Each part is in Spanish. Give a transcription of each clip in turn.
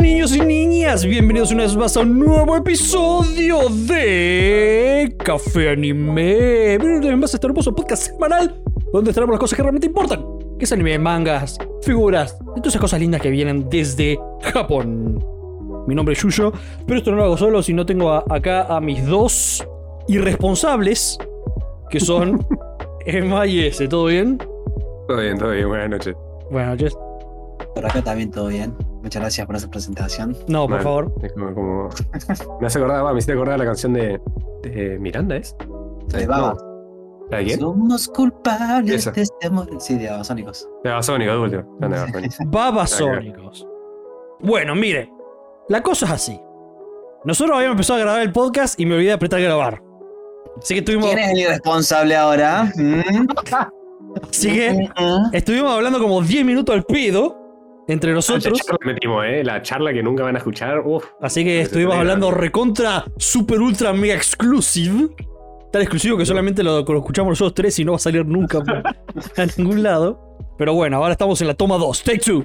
niños y niñas, bienvenidos una vez más a un nuevo episodio de Café Anime. Bienvenidos más a este hermoso podcast semanal donde traemos las cosas que realmente importan, que es anime, mangas, figuras, y todas esas cosas lindas que vienen desde Japón. Mi nombre es Yuyo, pero esto no lo hago solo, sino tengo a- acá a mis dos irresponsables, que son Emma y S. ¿Todo bien? Todo bien, todo bien, buenas noches. Buenas noches. Por acá también todo bien. Muchas gracias por esa presentación. No, por Bueno. favor. Es como, como- Me hace acordar, va, me hiciste acordar la canción de, de Miranda, ¿es? De Baba. No. ¿La de quién? Somos culpables Esa. de este amor. Sí, de Babasónicos. De Babasónico, de último. No, de Babasónico. Babasónicos. Bueno, mire, la cosa es así. Nosotros habíamos empezado a grabar el podcast y me olvidé de apretar grabar. Así que estuvimos. ¿Quién es el irresponsable ahora? ¿Mm? Así que Mm-mm. estuvimos hablando como 10 minutos al pedo entre La nosotros. charla que metimos, ¿eh? La charla que nunca van a escuchar. Uf. Así que Pero estuvimos está bien, hablando ¿no? recontra super ultra mega exclusive. Tan exclusivo que solamente lo, lo escuchamos nosotros tres y no va a salir nunca por- a ningún lado. Pero bueno, ahora estamos en la toma 2, take two.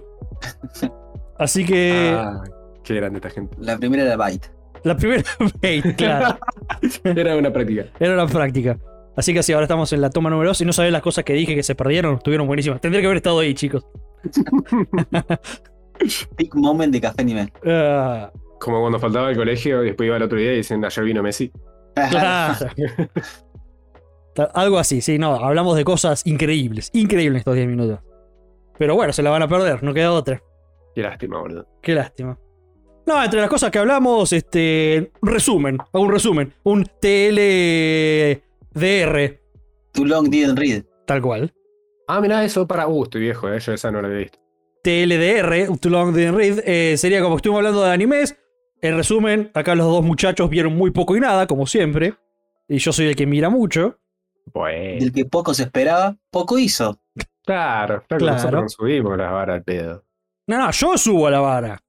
Así que Ah, qué grande esta gente. La primera era Byte. la primera vez, claro, Era una práctica. era una práctica. Así que así, ahora estamos en la toma número 2 y no sabés las cosas que dije que se perdieron, estuvieron buenísimas. Tendría que haber estado ahí, chicos. Big moment de café anime. Ah, Como cuando faltaba el colegio y después iba al otro día y dicen, ayer vino Messi. Claro. Ta- ah. Algo así, sí, no, hablamos de cosas increíbles, increíbles estos 10 minutos. Pero bueno, se la van a perder, no queda otra. Qué lástima, boludo. Qué lástima. No, entre las cosas que hablamos, este. Resumen, hago un resumen. Un TLDR, Too long didn't read. tal cual. Ah, mirá, eso para. Uh, estoy viejo, ¿eh? Yo esa no la había visto. TLDR, Too Long Didn't Read, eh, sería como estuvimos hablando de animes. En resumen, acá los dos muchachos vieron muy poco y nada, como siempre. Y yo soy el que mira mucho. Bueno. Del que poco se esperaba, poco hizo. Claro, claro. que Claro. Nosotros nos subimos la vara al pedo. No, no, yo subo la vara.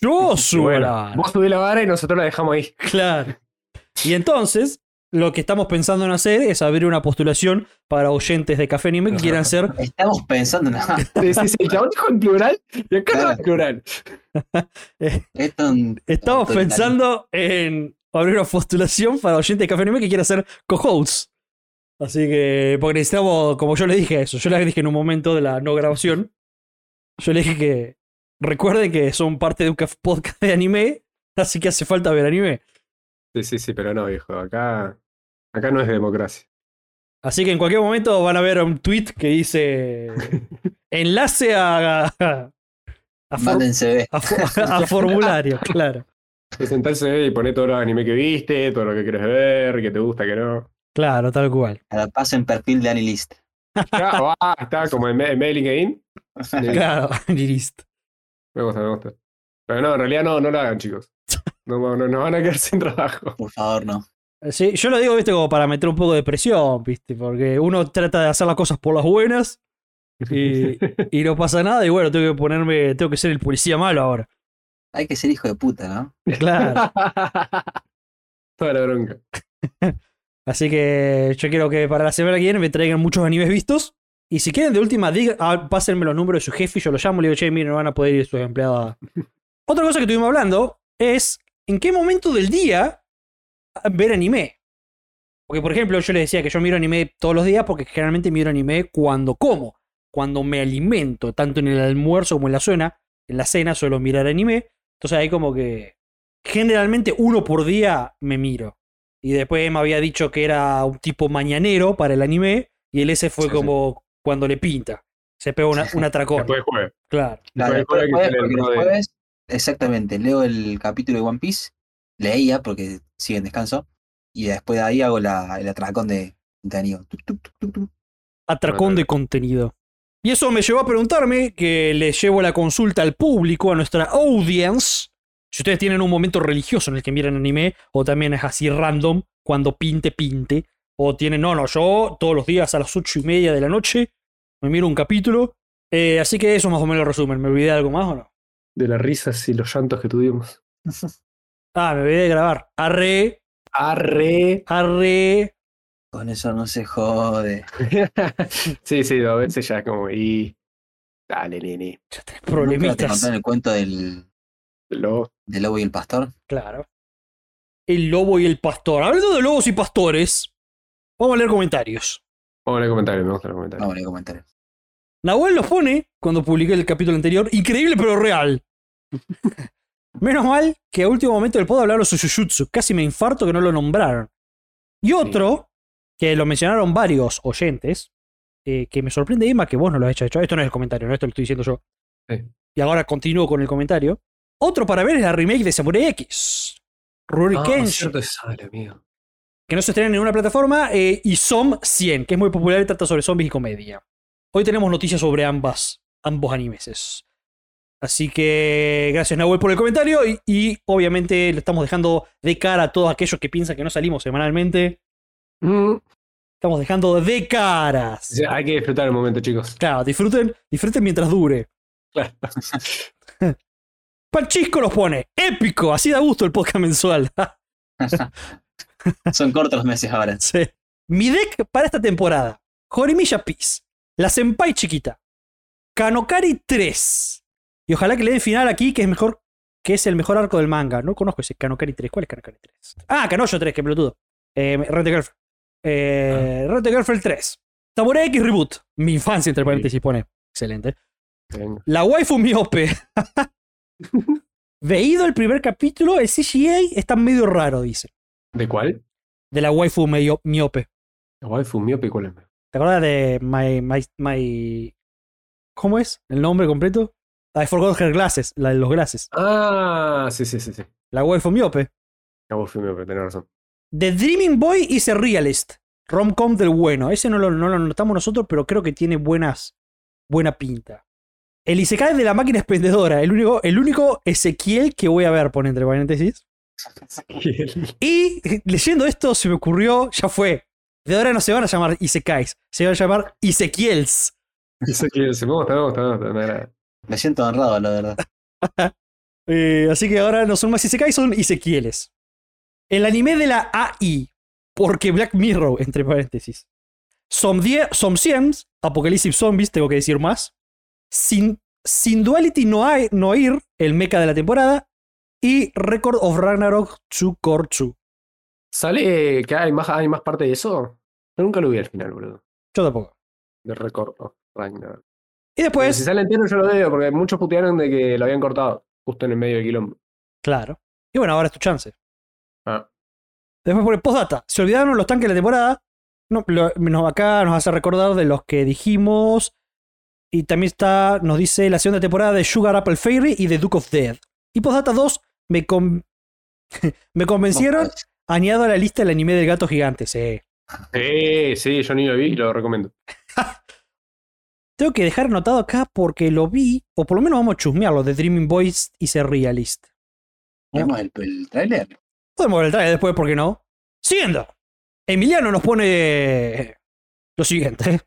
Yo subo Bueno, la vara. Vos subís la vara y nosotros la dejamos ahí. Claro. Y entonces, lo que estamos pensando en hacer es abrir una postulación para oyentes de Café Anime que quieran ser. Estamos pensando en Sí, sí, sí. El chabón dijo en plural y acá no Claro. es plural. esto. en- Estamos totalmente. pensando en abrir una postulación para oyentes de Café Anime que quieran ser co-hosts. Así que, porque necesitamos, como yo les dije eso, yo les dije en un momento de la no grabación, yo les dije que recuerden que son parte de un caf- podcast de anime, así que hace falta ver anime. Sí, sí, sí, pero no, viejo. Acá, acá no es democracia. Así que en cualquier momento van a ver un tweet que dice enlace a a, a for- Mándense ve. a for- a formulario, claro, Es sentarse y poner todos los anime que viste, todo lo que quieres ver, que te gusta, que no. claro, tal cual. Ahora paso en perfil de Anilist. Ya, ah, está como en, Ma- en Mailing In. Claro, listo. Me gusta, me gusta. Pero no, en realidad no, no lo hagan, chicos. No, no, no, nos van a quedar sin trabajo. Por favor, no. Eh, Sí, yo lo digo, viste, como para meter un poco de presión, viste, porque uno trata de hacer las cosas por las buenas y, y no pasa nada y bueno, tengo que ponerme, tengo que ser el policía malo ahora. Hay que ser hijo de puta, ¿no? Claro. Toda la bronca. Así que yo quiero que para la semana que viene me traigan muchos animes vistos. Y si quieren, de última, diga, ah, pásenme los números de su jefe y yo los llamo y le digo, che, miren, no van a poder ir sus empleados. a-". Otra cosa que estuvimos hablando es en qué momento del día ver anime. Porque, por ejemplo, yo les decía que yo miro anime todos los días porque generalmente miro anime cuando como, cuando me alimento, tanto en el almuerzo como en la cena. En la cena suelo mirar anime. Entonces ahí como que generalmente uno por día me miro. Y después me había dicho que era un tipo mañanero para el anime. Y el S fue Sí, sí. como cuando le pinta. Se pega una, un atracón. Después jueves. claro. Claro, Mejor hay que jueves, tener porque los uno de- jueves, exactamente, leo el capítulo de One Piece, leía porque sigue en descanso, y después de ahí hago la, el atracón de contenido. Tuc, tuc, tuc, tuc, tuc. Atracón de contenido. Y eso me llevó a preguntarme que le llevo la consulta al público, a nuestra audience. Si ustedes tienen un momento religioso en el que miran anime, o también es así random, cuando pinte, pinte. O tienen, no, no, yo todos los días a las ocho y media de la noche me miro un capítulo. Eh, así que eso más o menos el resumen. ¿Me olvidé de algo más o no? De las risas y los llantos que tuvimos. Ah, me olvidé de grabar. Arre, Arre. arre. Con eso no se jode. sí, sí, a veces ya como. Y. Dale, nene. Ya tenés Nunca te contaron problemitas. el cuento del El lobo. de Lobo y el Pastor. Claro. El lobo y el pastor. Hablando de lobos y pastores, vamos a leer comentarios. Vamos a leer comentarios, me gusta los comentarios. Vamos a leer comentarios. Nahuel los pone cuando publiqué el capítulo anterior. Increíble, pero real. Menos mal que a último momento del pod hablaron su Jujutsu. Casi me infarto que no lo nombraron. Y otro, que lo mencionaron varios oyentes, eh, que me sorprende, Emma, que vos no lo has hecho. hecho. Esto no es el comentario, no esto lo estoy diciendo yo. Sí. Y ahora continúo con el comentario. Otro para ver es la remake de Samurai X. Rurik Ah, cierto, es sale, amigo. que no se estrena en ninguna plataforma, eh, y Som 100, que es muy popular y trata sobre zombies y comedia. Hoy tenemos noticias sobre ambas, ambos animes. Así que gracias Nahuel por el comentario y, y obviamente lo estamos dejando de cara a todos aquellos que piensan que no salimos semanalmente. Mm. Estamos dejando de caras. Sí, Hay que disfrutar el momento, chicos. Claro, disfruten, disfruten mientras dure. Claro. Panchisco los pone. Épico, así da gusto el podcast mensual. Son cortos los meses ahora. Sí. Mi deck para esta temporada. Jorimilla Peace. La Senpai chiquita. Kanokari 3. Y ojalá que le den final aquí, que es mejor. Que es el mejor arco del manga. No conozco ese Kanokari 3. ¿Cuál es Kanokari 3? Ah, Kanoyo 3, que pelotudo. Eh, Rente Girlfriend. Eh, Rent a Girlfriend 3. Samurai X Reboot. Mi infancia, entre paréntesis, pone. Excelente. Venga. La waifu miope. Veído el primer capítulo, el CGI está medio raro, dice. ¿De cuál? De la waifu medio miope. La waifu miope, ¿cuál es? ¿Te acuerdas de My, My, My- ¿Cómo es? ¿El nombre completo? I forgot her glasses, la de los glasses. Ah, sí, sí, sí, sí. La waifu miope. La waifu miope, tenés razón. The Dreaming Boy is a Realist. Romcom del bueno. Ese no lo, no lo notamos nosotros, pero creo que tiene buenas, buena pinta. El Isekai de la máquina expendedora. El único, el único Ezequiel que voy a ver, pone entre paréntesis. Y leyendo esto se me ocurrió, ya fue. De ahora no se van a llamar Isekais, se van a llamar Ezequiels. Eso que se me gusta, me gusta, me gusta, me agrada. Me siento honrado, la verdad. Eh, así que ahora no son más Isekai, son Isekieles. El anime de la AI, porque Black Mirror, entre paréntesis. Som 10, Som 100, Apocalipsis Zombies, tengo que decir más. Sin, Sin Duality no, hay, no ir, el mecha de la temporada. Y Record of Ragnarok 2 Core 2. ¿Sale eh, que hay más, hay más parte de eso? Yo nunca lo vi al final, boludo. Yo tampoco. De recorto, Ragnarok. Y Pero Si después, sale entero yo lo veo, porque muchos putearon de que lo habían cortado justo en el medio del quilombo. claro. Y bueno, ahora es tu chance. Ah. Después por el postdata. Se olvidaron los tanques de la temporada. No, lo- no, acá nos hace recordar de los que dijimos. Y también está, nos dice la segunda temporada de Sugar Apple Fairy y de Duke of Death. Y postdata 2 me, con- me convencieron. Añado a la lista el anime del gato gigante. Sí. Sí, Eh, sí, yo ni lo vi y lo recomiendo. Tengo que dejar anotado acá porque lo vi, o por lo menos vamos a chusmearlo, de Dreaming Boys y Ser Realist. ¿Vemos el, el tráiler? Podemos ver el trailer después, ¿por qué no? Siguiendo. Emiliano nos pone lo siguiente.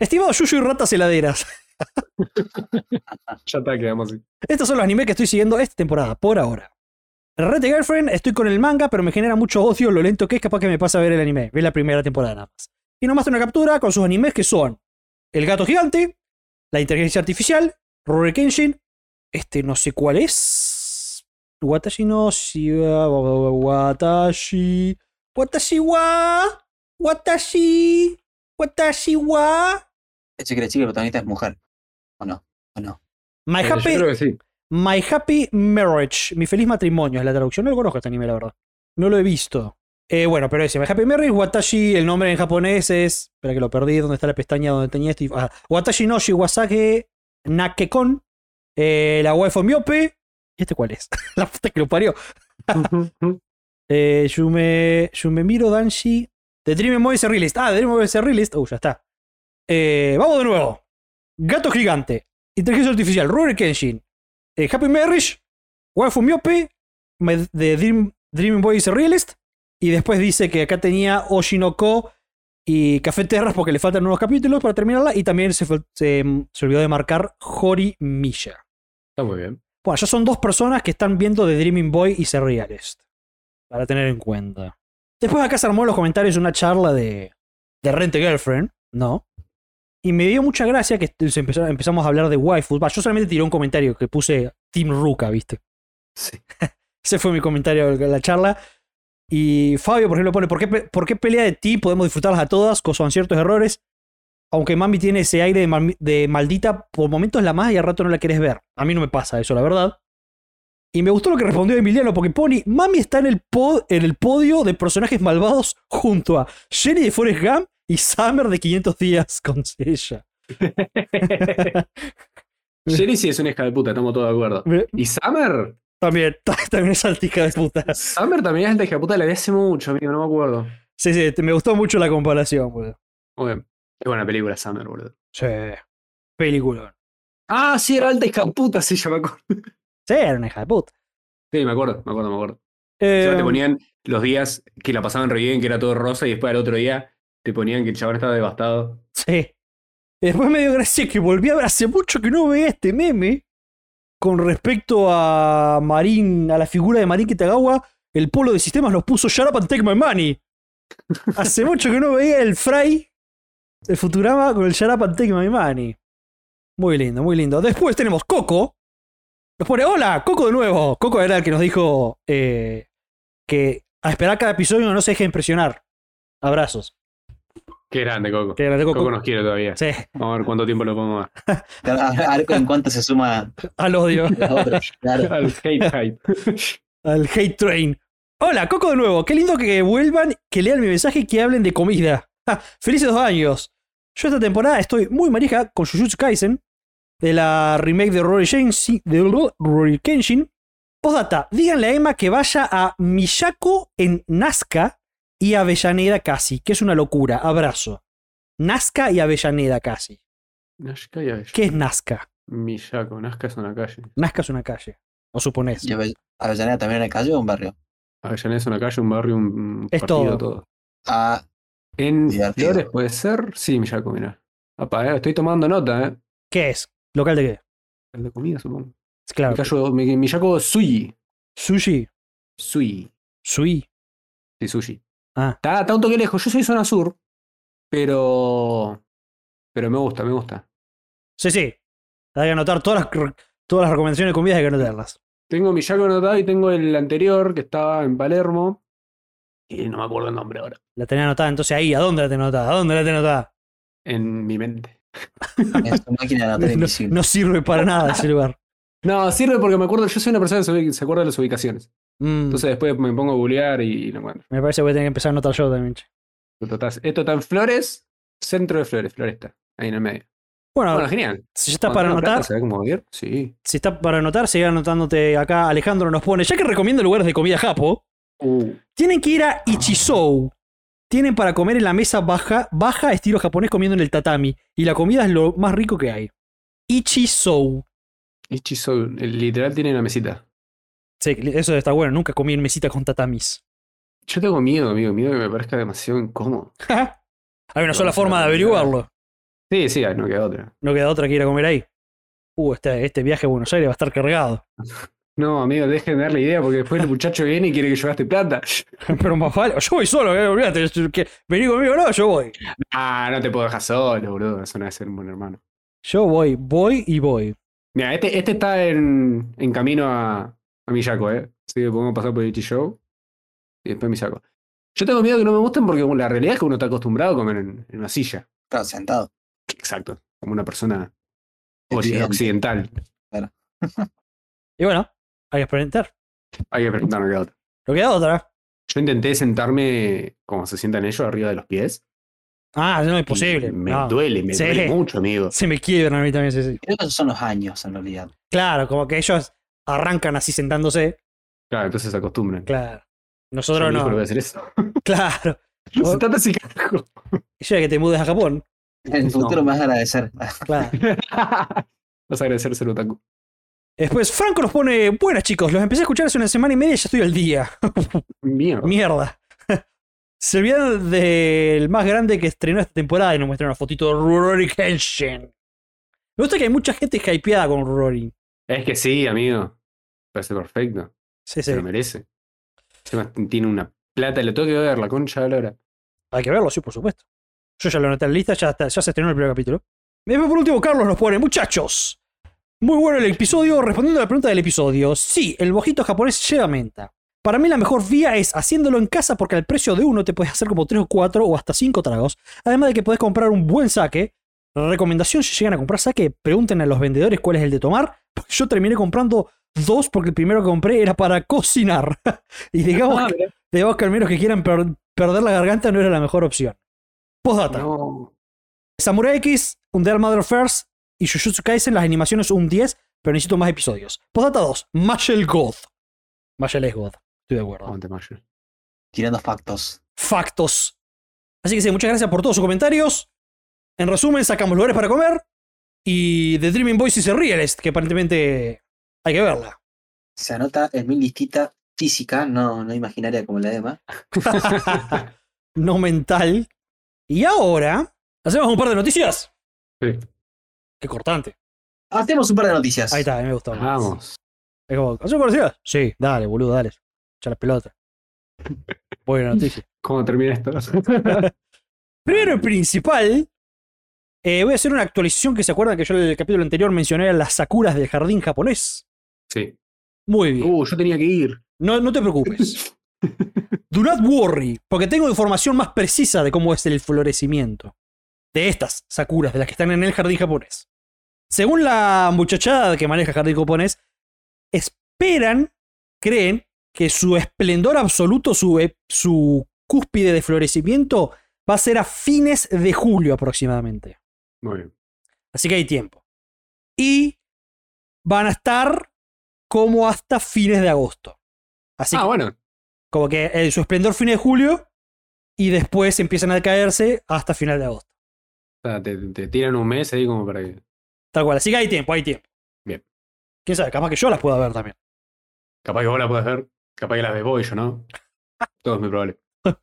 Estimado Yuyu y ratas heladeras. Ya está, quedamos así. Estos son los animes que estoy siguiendo esta temporada, por ahora. Rete Girlfriend, estoy con el manga, pero me genera mucho odio lo lento que es capaz que me pasa a ver el anime. Ve la primera temporada nada más. Y nomás una captura con sus animes que son El gato gigante, La inteligencia artificial, Rurouni Kenshin, este no sé cuál es. Watashi no Shiva, Watashi. Watashi wa. Watashi. Watashi wa. Ese que la chica, la protagonista es mujer. ¿O no? My Pero Ah, Happy Yo creo que sí. My Happy Marriage, Mi Feliz Matrimonio es la traducción. No lo conozco este anime, la verdad. No lo he visto. Eh, bueno, pero ese, My Happy Marriage, Watashi, el nombre en japonés es. Espera que lo perdí, ¿dónde está la pestaña donde tenía esto? Ah, Watashi no Shiwasake Nakekon, eh, la waifu miope. ¿Y este cuál es? la puta que lo parió. Eh, Yume, Yumemiro Danshi. The Dream Boys are Realist. Ah, The Dream Boys are Realist. Uh, ya está. Eh, vamos de nuevo. Gato Gigante. Inteligencia Artificial. Rurouni Kenshin. eh, Happy Marriage. Waifu Miope. My- The Dream, Dreaming Boys are Realist. Y después dice que acá tenía Oshinoko y Café Terras porque le faltan unos capítulos para terminarla. Y también se, fal- se, se olvidó de marcar Hori Misha. Está muy bien. Bueno, ya son dos personas que están viendo The Dreaming Boy y The Realist. Para tener en cuenta. Después acá se armó en los comentarios una charla de, de Rente Girlfriend, ¿no? Y me dio mucha gracia que se empezó- empezamos a hablar de waifus. Va, yo solamente tiré un comentario que puse Team Ruka, ¿viste? Sí. Ese fue mi comentario de la charla. Y Fabio, por ejemplo, pone, ¿por qué, pe- por qué pelea de ti? Podemos disfrutarlas a todas, con sus aciertos y errores. Aunque Mami tiene ese aire de, mami- de maldita, por momentos la más y al rato no la querés ver. A mí no me pasa eso, la verdad. Y me gustó lo que respondió Emiliano, porque Pony, Mami está en el, pod- en el podio de personajes malvados junto a Jenny de Forrest Gump y Summer de 500 días con ella. Jerry sí es una hija de puta, estamos todos de acuerdo. Me- ¿Y Summer? También, también es altica de puta. Summer también es alta hija de puta, la vi hace mucho, amigo, no me acuerdo. Sí, sí, te- me gustó mucho la comparación, boludo. Muy bien. Qué buena película, Summer, boludo. Sí. Película. Ah, sí, era alta hija de puta, sí, ya me acuerdo. Sí, era una hija de puta. Sí, me acuerdo, me acuerdo, me acuerdo. Eh, Encima te ponían los días que la pasaban re bien, que era todo rosa, y después al otro día te ponían que el chabón estaba devastado. Sí. Y después me dio gracia que volví a ver hace mucho que no veía este meme con respecto a Marín, a la figura de Marín Kitagawa. El polo de sistemas nos puso Shut up and take my money. Hace mucho que no veía el Fry, el Futurama con el Shut up and take my money. Muy lindo, muy lindo. Después tenemos Coco. Nos pone, hola, Coco de nuevo. Coco era el que nos dijo eh, que a esperar cada episodio no se deje impresionar. Abrazos. Qué grande, Coco. Te agradezco, Coco Coco. nos quiere todavía. Sí, Vamos a ver cuánto tiempo lo podemos dar. A a ver en cuánto se suma al odio. las otras. Claro. Al hate hype. al hate train. Hola, Coco de nuevo. Qué lindo que vuelvan, que lean mi mensaje y que hablen de comida. Ja, felices dos años. Yo esta temporada estoy muy marija con Jujutsu Kaisen, de la remake de Rory, Jensi- de Rory Kenshin. Postdata, díganle a Emma que vaya a Miyako en Nazca y Avellaneda casi, que es una locura. Abrazo. Nazca y Avellaneda casi. Nazca y Avellaneda. ¿Qué es Nazca? Millaco, Nazca es una calle. Nazca es una calle, o suponés. ¿Y Avell- Avellaneda también era calle o un barrio? Avellaneda es una calle, un barrio, un un Es partido, todo. Ah, En Divertido. Flores puede ser. Sí, Millaco, mira. Apa, eh, estoy tomando nota, ¿eh? ¿Qué es? ¿Local de qué? El de comida, supongo. Es claro. Millaco, mi- Millaco Suyi. Sushi, Suyi. sui. Sí, sushi. Ah. Está, está un toque lejos. Yo soy zona sur, pero. Pero me gusta, me gusta. Sí, sí. Hay que anotar todas las, cr- todas las recomendaciones de comidas, hay que anotarlas. Tengo mi Yaco anotado y tengo el anterior que estaba en Palermo. Y no me acuerdo el nombre ahora. La tenés anotada, entonces ahí, ¿a dónde la tenés anotada? ¿A dónde la tenés anotada? En mi mente. es una máquina de anotar No, invisible. no sirve para nada ese lugar. No, sirve porque me acuerdo. Yo soy una persona que se- se acuerda de las ubicaciones. Mm, Entonces después me pongo a googlear y lo encuentro. me parece que voy a tener que empezar a anotar yo también. che. Esto está, esto está en Flores, centro de Flores, Floresta. Ahí en el medio. Bueno, Bueno, genial. si ya está Cuando Ah, para tenga plata, anotar, ¿Se ve como bien? Sí. si está para anotar, sigue anotándote acá. Alejandro nos pone, ya que recomienda lugares de comida japo, Uh, tienen que ir a Ichizou. Tienen para comer en la mesa baja, baja estilo japonés comiendo en el tatami. Y la comida es lo más rico que hay. Ichizou. Ichizo, el literal tiene una mesita. Sí, eso está bueno. Nunca comí en mesita con tatamis. Yo tengo miedo, amigo, miedo que me parezca demasiado incómodo. Hay una No, sola será forma de complicado. averiguarlo. Sí, sí, no queda otra. No queda otra que ir a comer ahí. Uh, este, este viaje a Buenos Aires va a estar cargado. No, amigo, dejen de darle idea porque después el muchacho viene y quiere que yo gaste plata. Pero más vale. Yo voy solo, eh, olvídate. yo- que- Vení conmigo, no, yo voy. Ah, no te puedo dejar solo, boludo. Eso no es ser un buen hermano. Yo voy, voy y voy. Mira, este, este está en, en camino a, a Miyako, ¿eh? Así que podemos pasar por el Show y después Miyako. Yo tengo miedo que no me gusten porque bueno, la realidad es que uno está acostumbrado a comer en, en una silla. Claro, sentado. Exacto. Como una persona ori- Occidente. occidental. Y bueno, hay que experimentar. Hay que preguntar, no queda otra. No queda otra. Yo intenté sentarme como se sientan ellos, arriba de los pies. Ah, no, y imposible. Me no. duele, me Sí. duele mucho, amigo. Se me quiebran a mí también. sí, sí. Creo que esos son los años en realidad. Claro, como que ellos arrancan así sentándose. Claro, entonces se acostumbran. Claro. Yo Nosotros elijo lo que voy a no. hacer eso. Claro. Se trata así, carajo. Yo que te mudes a Japón. En el No. futuro me vas a agradecer. Claro. Vas a agradecerse el otaku. Después Franco nos pone, buenas chicos, los empecé a escuchar hace una semana y media y ya estoy al día. Mierda. Mierda. Se olvidaron del más grande que estrenó esta temporada y nos muestran una fotito de Rurouni Kenshin. Me gusta que hay mucha gente hypeada con Rurouni. Es que sí, amigo. Parece perfecto. Sí, sí. Se lo merece. Encima tiene una plata, le tengo que ver, la concha de la hora. Hay que verlo, sí, por supuesto. Yo ya lo anoté en la lista, ya, está- ya se estrenó el primer capítulo. Después, por último, Carlos nos pone, muchachos, Muy bueno el episodio. Respondiendo a la pregunta del episodio, sí, el mojito japonés lleva menta. Para mí la mejor vía es haciéndolo en casa porque al precio de uno te puedes hacer como 3 o 4 o hasta 5 tragos. Además de que podés comprar un buen saque. Recomendación, si llegan a comprar saque, pregunten a los vendedores cuál es el de tomar. Porque yo terminé comprando dos porque el primero que compré era para cocinar. y digamos, Ah, que, mirá. digamos que al menos que quieran per- perder la garganta no era la mejor opción. Postdata. No. Samurai X, Undead Mother First y Jujutsu Kaisen, las animaciones un 10, pero necesito más episodios. Postdata 2, Mashel God. Mashel es God, estoy de acuerdo. Aguante, Mayer. Tirando factos. Factos. Así que sí, muchas gracias por todos sus comentarios. En resumen, sacamos lugares para comer y The Dreaming Boys is a Realist, que aparentemente hay que verla. Se anota en mi listita física, no, no imaginaria como la demás. no mental. Y ahora, hacemos un par de noticias. Sí. Qué cortante. Hacemos un par de noticias. Ahí está, a mí me gustó. Vamos. Es como, ¿hacemos conocidas? Sí, dale, boludo, dale. Echa las pelotas. Buena noticia. ¿Cómo termina esto? Primero y principal, eh, voy a hacer una actualización que se acuerdan que yo en el capítulo anterior mencioné a las sakuras del jardín japonés. sí. Muy bien. Uh, yo tenía que ir. No, no te preocupes. Do not worry, porque tengo información más precisa de cómo es el florecimiento de estas sakuras, de las que están en el jardín japonés. Según la muchachada que maneja el jardín japonés, esperan, creen, que su esplendor absoluto, su, e- su cúspide de florecimiento, va a ser a fines de julio aproximadamente. Muy bien. Así que hay tiempo. Y van a estar como hasta fines de agosto. Así ah, que bueno. como que eh, su esplendor fin de julio y después empiezan a caerse hasta final de agosto. O sea, te, te tiran un mes ahí como para que. Tal cual. Así que hay tiempo, hay tiempo. Bien. Quién sabe, capaz que yo las pueda ver también. Capaz que vos la puedas ver. Capaz que las ves vos y yo, ¿no? Todo es muy probable.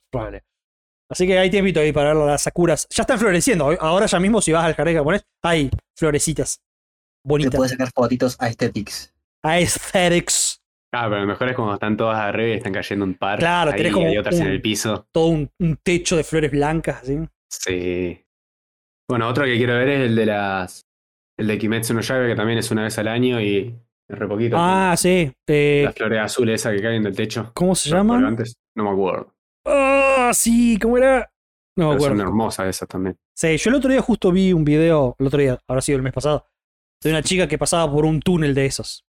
Probable. Así que hay tiempito ahí para ver las sakuras. Ya están floreciendo. Hoy- Ahora ya mismo, si vas al jardín japonés, hay florecitas Te bonitas. puedes sacar fotitos a este Aesthetics. Aesthetics. Ah, pero lo mejor es cuando están todas al revés, están cayendo un par. Claro, ahí, tenés como Hay otras en un- el piso. Todo un, un techo de flores blancas, así. Sí. Bueno, otro que quiero ver es el de las. El de Kimetsu no Yaiba, que también es una vez al año y es re poquito. Ah, sí. Eh, Las flores azules esas que caen del techo. ¿Cómo se Los llaman? colgantes, No me acuerdo. Ah, sí, ¿cómo era? No me Pero acuerdo. son hermosas esas también. Sí, yo el otro día justo vi un video, el otro día, habrá sido el mes pasado, de una chica que pasaba por un túnel de esos.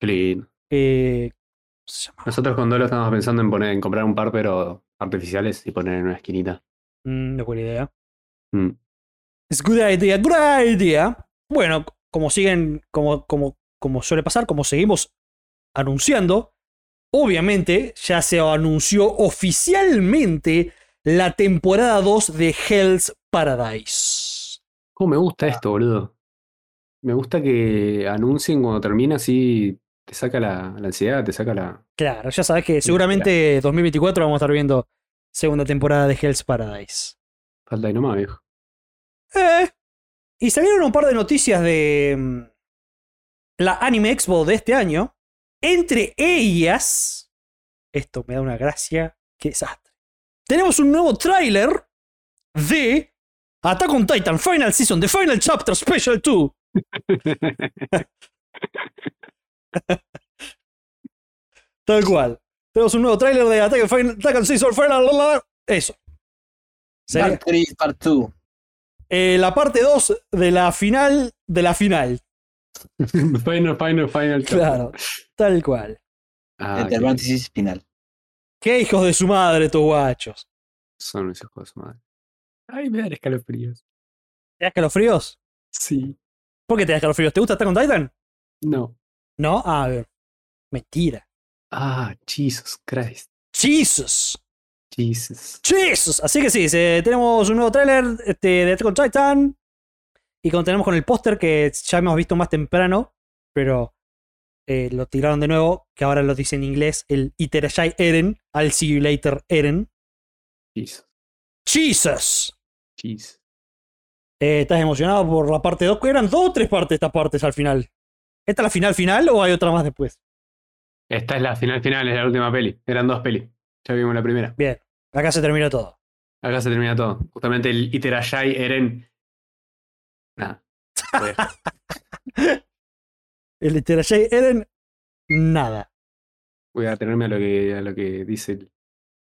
Qué lindo. Eh, ¿cómo se llama? Nosotros con Dolo estábamos pensando en poner, en comprar un par, pero artificiales y poner en una esquinita. Mm, no buena idea. Mm. Es good idea, good idea. Bueno, como siguen, como, como, como suele pasar, como seguimos anunciando, obviamente ya se anunció oficialmente la temporada 2 de Hell's Paradise. ¿Cómo me gusta esto, boludo? Me gusta que anuncien cuando termina, así te saca la, la ansiedad, te saca la. Claro, ya sabes que seguramente 2024 vamos a estar viendo segunda temporada de Hell's Paradise. Falta y nomás, viejo. Eh. Y salieron un par de noticias de mm, la Anime Expo de este año. Entre ellas, esto me da una gracia, qué desastre. Tenemos un nuevo tráiler de Attack on Titan Final Season, The Final Chapter Special 2. Tal cual. Tenemos un nuevo tráiler de Attack on Final- Attack on Season Final. la, la, la. Eso. Sería- Part 3, Part 2. eh, la parte 2 de la final de la final. final, final, final. Claro, tal cual. Ah, entre qué paréntesis final. Qué hijos de su madre, estos guachos. son esos juegos, madre. Ay, me dan escalofríos. ¿Te das calofríos? Sí. ¿Por qué te das calofríos? ¿Te gusta estar con Titan? No. No, a ver. Mentira. Ah, Jesus Christ. Jesus. Jesus. Jesus. Así que sí, se- tenemos un nuevo tráiler este, de Attack on Titan. Y continuamos con el póster que ya hemos visto más temprano, pero eh, lo tiraron de nuevo, que ahora lo dice en inglés, el Iterashai Eren, I'll see you later Eren. Jesus. Jesus. Jesus. Eh, ¿Estás emocionado por la parte 2? Eran dos o tres partes estas partes al final. ¿Esta es la final final o hay otra más después? Esta es la final final, es la última peli. Eran dos pelis. Ya vimos la primera. Bien, acá se terminó todo. Acá se termina todo. Justamente el Iterashai Eren. Nada. El de Terajay Eren, nada. Voy a atenerme a lo que, a lo que dice el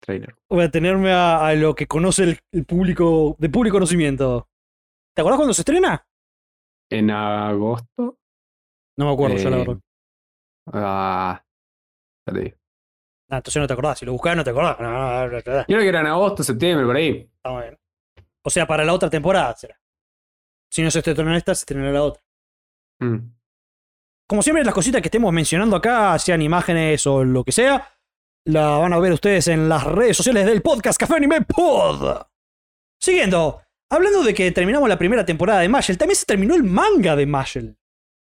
trailer. Voy a tenerme a, a lo que conoce el, el público, de público conocimiento. ¿Te acordás cuando se estrena? En agosto. No me acuerdo, yo la Eh, verdad. Ah, ya te digo. Ah, entonces no te acordás. Si lo buscás, no te acordás. No, no, no, no, no. Creo que era en agosto, septiembre, por ahí. Está bien. O sea, para la otra temporada será. Si no se estrenó esta, se estrenará la otra. Mm. Como siempre, las cositas que estemos mencionando acá, sean imágenes o lo que sea, la van a ver ustedes en las redes sociales del podcast Café Anime Pod. Siguiendo, hablando de que terminamos la primera temporada de Mashel, también se terminó el manga de Mashel.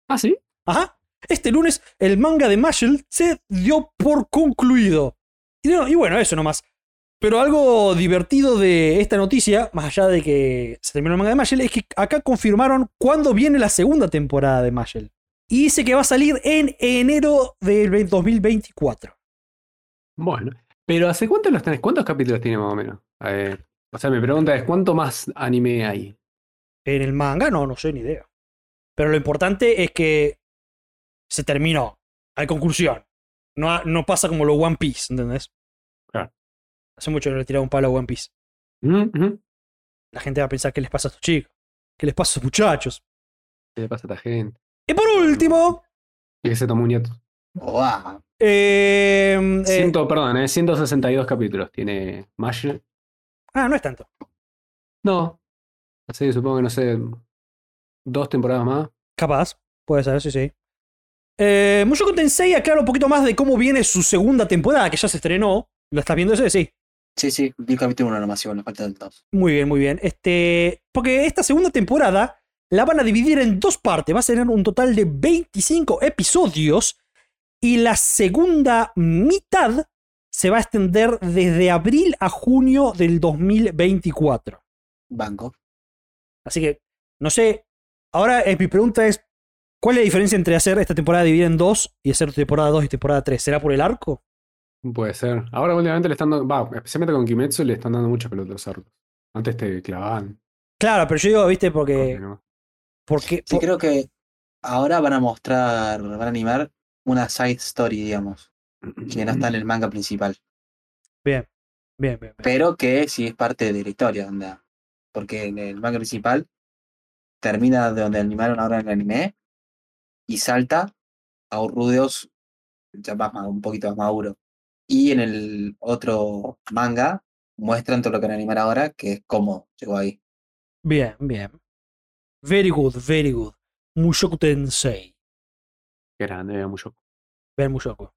Ah, sí. Ajá. Este lunes, el manga de Mashel se dio por concluido. Y, no- y bueno, eso nomás. Pero algo divertido de esta noticia, más allá de que se terminó el manga de Mashel, es que acá confirmaron cuándo viene la segunda temporada de Mashel. Y dice que va a salir en enero del ve- 2024. Bueno. Pero ¿hace cuánto los tenés? ¿Cuántos capítulos tiene más o menos? A ver, o sea, mi pregunta es: ¿cuánto más anime hay? En el manga, no, no sé ni idea. Pero lo importante es que se terminó. Hay conclusión. No, ha- no pasa como lo One Piece, ¿entendés? Claro. Hace mucho que no le tiraba un palo a One Piece. Mm, mm. La gente va a pensar qué les pasa a estos chicos, qué les pasa a estos muchachos. ¿Qué le pasa a esta gente? Y por último, Y que se tomó un hiato. Guau. eh, eh, Ciento- perdón, eh, 162 capítulos tiene Marshall. ah, no es tanto. No. Así que supongo que no sé. Dos temporadas más. Capaz, puede ser, sí, sí. Eh, Mushoku Tensei aclara un poquito más de cómo viene su segunda temporada, que ya se estrenó. ¿Lo estás viendo ese? Sí. Sí, sí, vi el capítulo 1 nomás, igual, nos falta el 2. Muy bien, muy bien. Este, porque esta segunda temporada la van a dividir en dos partes. Va a tener un total de 25 episodios. Y la segunda mitad se va a extender desde abril a junio del 2024. Banco. Así que, no sé. Ahora eh, mi pregunta es: ¿cuál es la diferencia entre hacer esta temporada dividida en dos y hacer temporada 2 y temporada 3? ¿Será por el arco? Puede ser. Ahora últimamente le están dando. Va, especialmente con Kimetsu le están dando muchas pelotas a los arcos. Antes te clavaban. Claro, pero yo digo, viste, porque. ¿no? porque Sí, creo que ahora van a mostrar, van a animar una side story, digamos, que no está en el manga principal, Bien, bien, bien. bien. pero que sí es parte de la historia, onda. Porque en el manga principal termina de donde animaron ahora en el anime y salta a un Rudeos ya más, ma- un poquito más maduro. Y en el otro manga muestran todo lo que van a animar ahora, que es cómo llegó ahí. Bien, bien. Very good, very good. Mushoku Tensei. Qué Grande, era mucho. Ver Mushoku.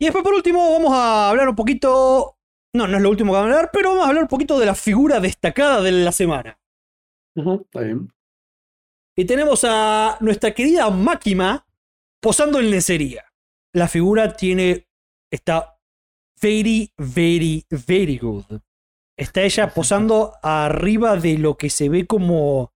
Y después, por último, vamos a hablar un poquito. No, no es lo último que vamos a hablar, pero vamos a hablar un poquito de la figura destacada de la semana. Está bien. Y tenemos a nuestra querida Máquima posando en lencería. La figura tiene. Está very, very, very good. Está ella posando arriba de lo que se ve como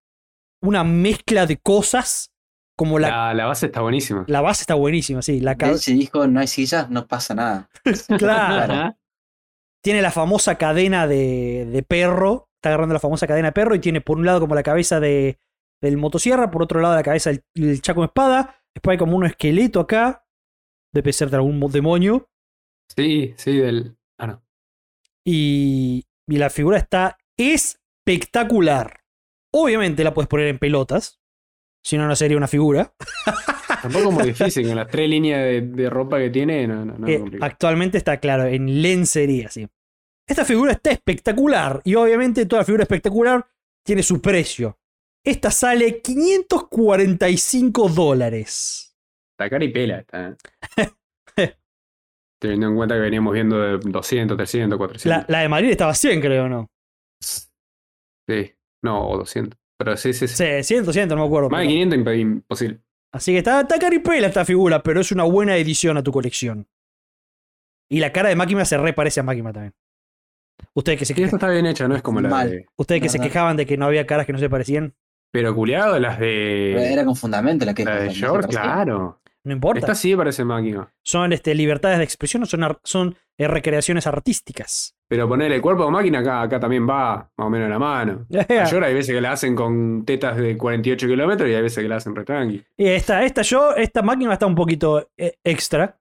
una mezcla de cosas. Como la La, la base está buenísima. La base está buenísima, sí. La ca- Denji dijo, no hay sillas, no pasa nada. claro. Ajá. Tiene la famosa cadena de, de perro. Está agarrando la famosa cadena de perro y tiene por un lado como la cabeza de, del motosierra, por otro lado la cabeza del del chaco de espada. Después hay como un esqueleto acá. Debe ser de algún mo- demonio. Sí, sí, del. Ah, no. Y, y la figura está espectacular. Obviamente la puedes poner en pelotas. Si no, no sería una figura. Tampoco es muy difícil. Con las tres líneas de, de ropa que tiene, no, no, no es Eh, complicado. actualmente está claro, en lencería, sí. Esta figura está espectacular y obviamente toda figura espectacular tiene su precio. Esta sale 545 dólares. La cara y pela está. ¿eh? Teniendo en cuenta que veníamos viendo de 200, 300, La, 400. la de Marín estaba 100, creo, ¿no? Sí, no, o 200. Pero sí, sí, sí. Sí, 100, 200, no me acuerdo. Más de pero- 500 imp- imposible. Así que está, está caripela esta figura, pero es una buena edición a tu colección. Y la cara de Máquina se re parece a Máquina también. Ustedes que se, Y esta que- está bien hecha, no es como la Mal. de. ustedes que se Verdad. quejaban de que no había caras que no se parecían, Pero culiado, las de. Era con fundamento la que La de Short, claro. no importa. Esta sí parece máquina. son este, libertades de expresión o son, ar- son eh, recreaciones artísticas. Pero ponerle cuerpo o máquina acá, acá también va más o menos de la mano. Mayor hay veces que la hacen con tetas de 48 kilómetros y hay veces que la hacen re tranqui. Y esta, esta yo, esta máquina está un poquito eh, extra.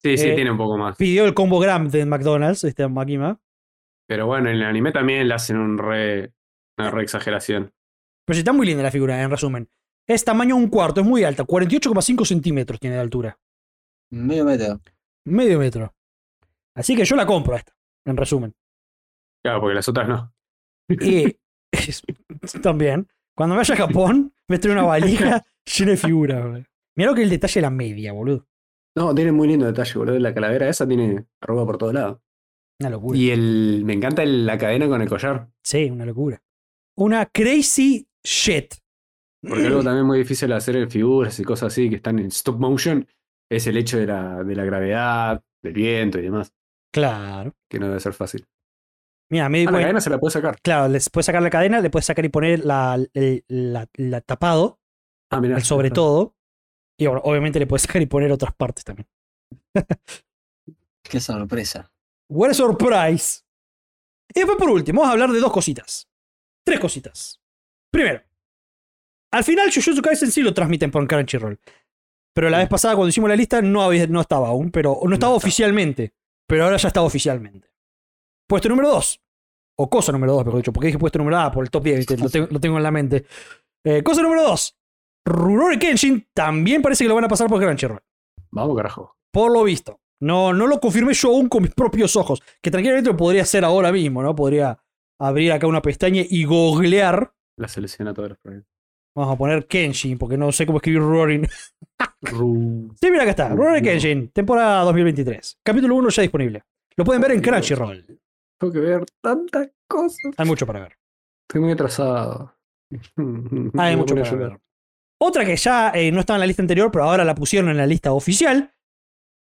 Sí, sí, Eh, tiene un poco más. Pidió el combo gram de McDonald's, esta máquina. Pero bueno, en el anime también le hacen un re, una re exageración. Pero sí, está muy linda la figura, en resumen. Es tamaño un cuarto, es muy alta, 48,5 centímetros tiene de altura. Medio metro. Medio metro. Así que yo la compro esta, en resumen. Claro, porque las otras no. Y también, cuando vaya a Japón, me trae una valija llena de figuras, boludo. Mirá lo que es el detalle de la media, boludo. No, tiene muy lindo detalle, boludo. La calavera esa tiene arruga por todos lados. Una locura. Y el, me encanta el- la cadena con el collar. Sí, una locura. Una crazy shit. Porque algo también muy difícil de hacer en figuras y cosas así que están en stop motion es el hecho de la, de la gravedad, del viento y demás, Claro. que no debe ser fácil. Mira, me di Ah, la cuenta. cadena se la puede sacar. Claro, les puedes sacar la cadena, le puedes sacar y poner la, el la- la tapado, Ah, mirá. el sobre todo. Y bueno, obviamente le puedes sacar y poner otras partes también. Qué sorpresa. What a surprise. Y después, por último, vamos a hablar de dos cositas. Tres cositas. Primero, al final Jujutsu Kaisen sí lo transmiten por Crunchyroll. Pero la vez pasada, cuando hicimos la lista, no, había- no estaba aún, pero no estaba estaba. oficialmente. Pero ahora ya está oficialmente. Puesto número dos. O cosa número dos, mejor dicho, porque dije puesto número A por el top 10, viste, lo, tengo, lo tengo en la mente. Eh, cosa número dos. Rurouni Kenshin también parece que lo van a pasar por Crunchyroll. Vamos, carajo. Por lo visto. No, no lo confirmé yo aún con mis propios ojos. Que tranquilamente lo podría hacer ahora mismo, ¿no? Podría abrir acá una pestaña y googlear. La selecciona todos los problemas. Vamos a poner Kenshin, porque no sé cómo escribir Roaring. Ru- Sí, mira, acá está. Roaring Kenshin, temporada 2023. Capítulo 1 ya disponible. Lo pueden ver en Crunchyroll. Tengo que ver tantas cosas. Hay mucho para ver. Estoy muy atrasado. Hay Hay mucho para ver. Otra que ya eh, no estaba en la lista anterior, pero ahora la pusieron en la lista oficial.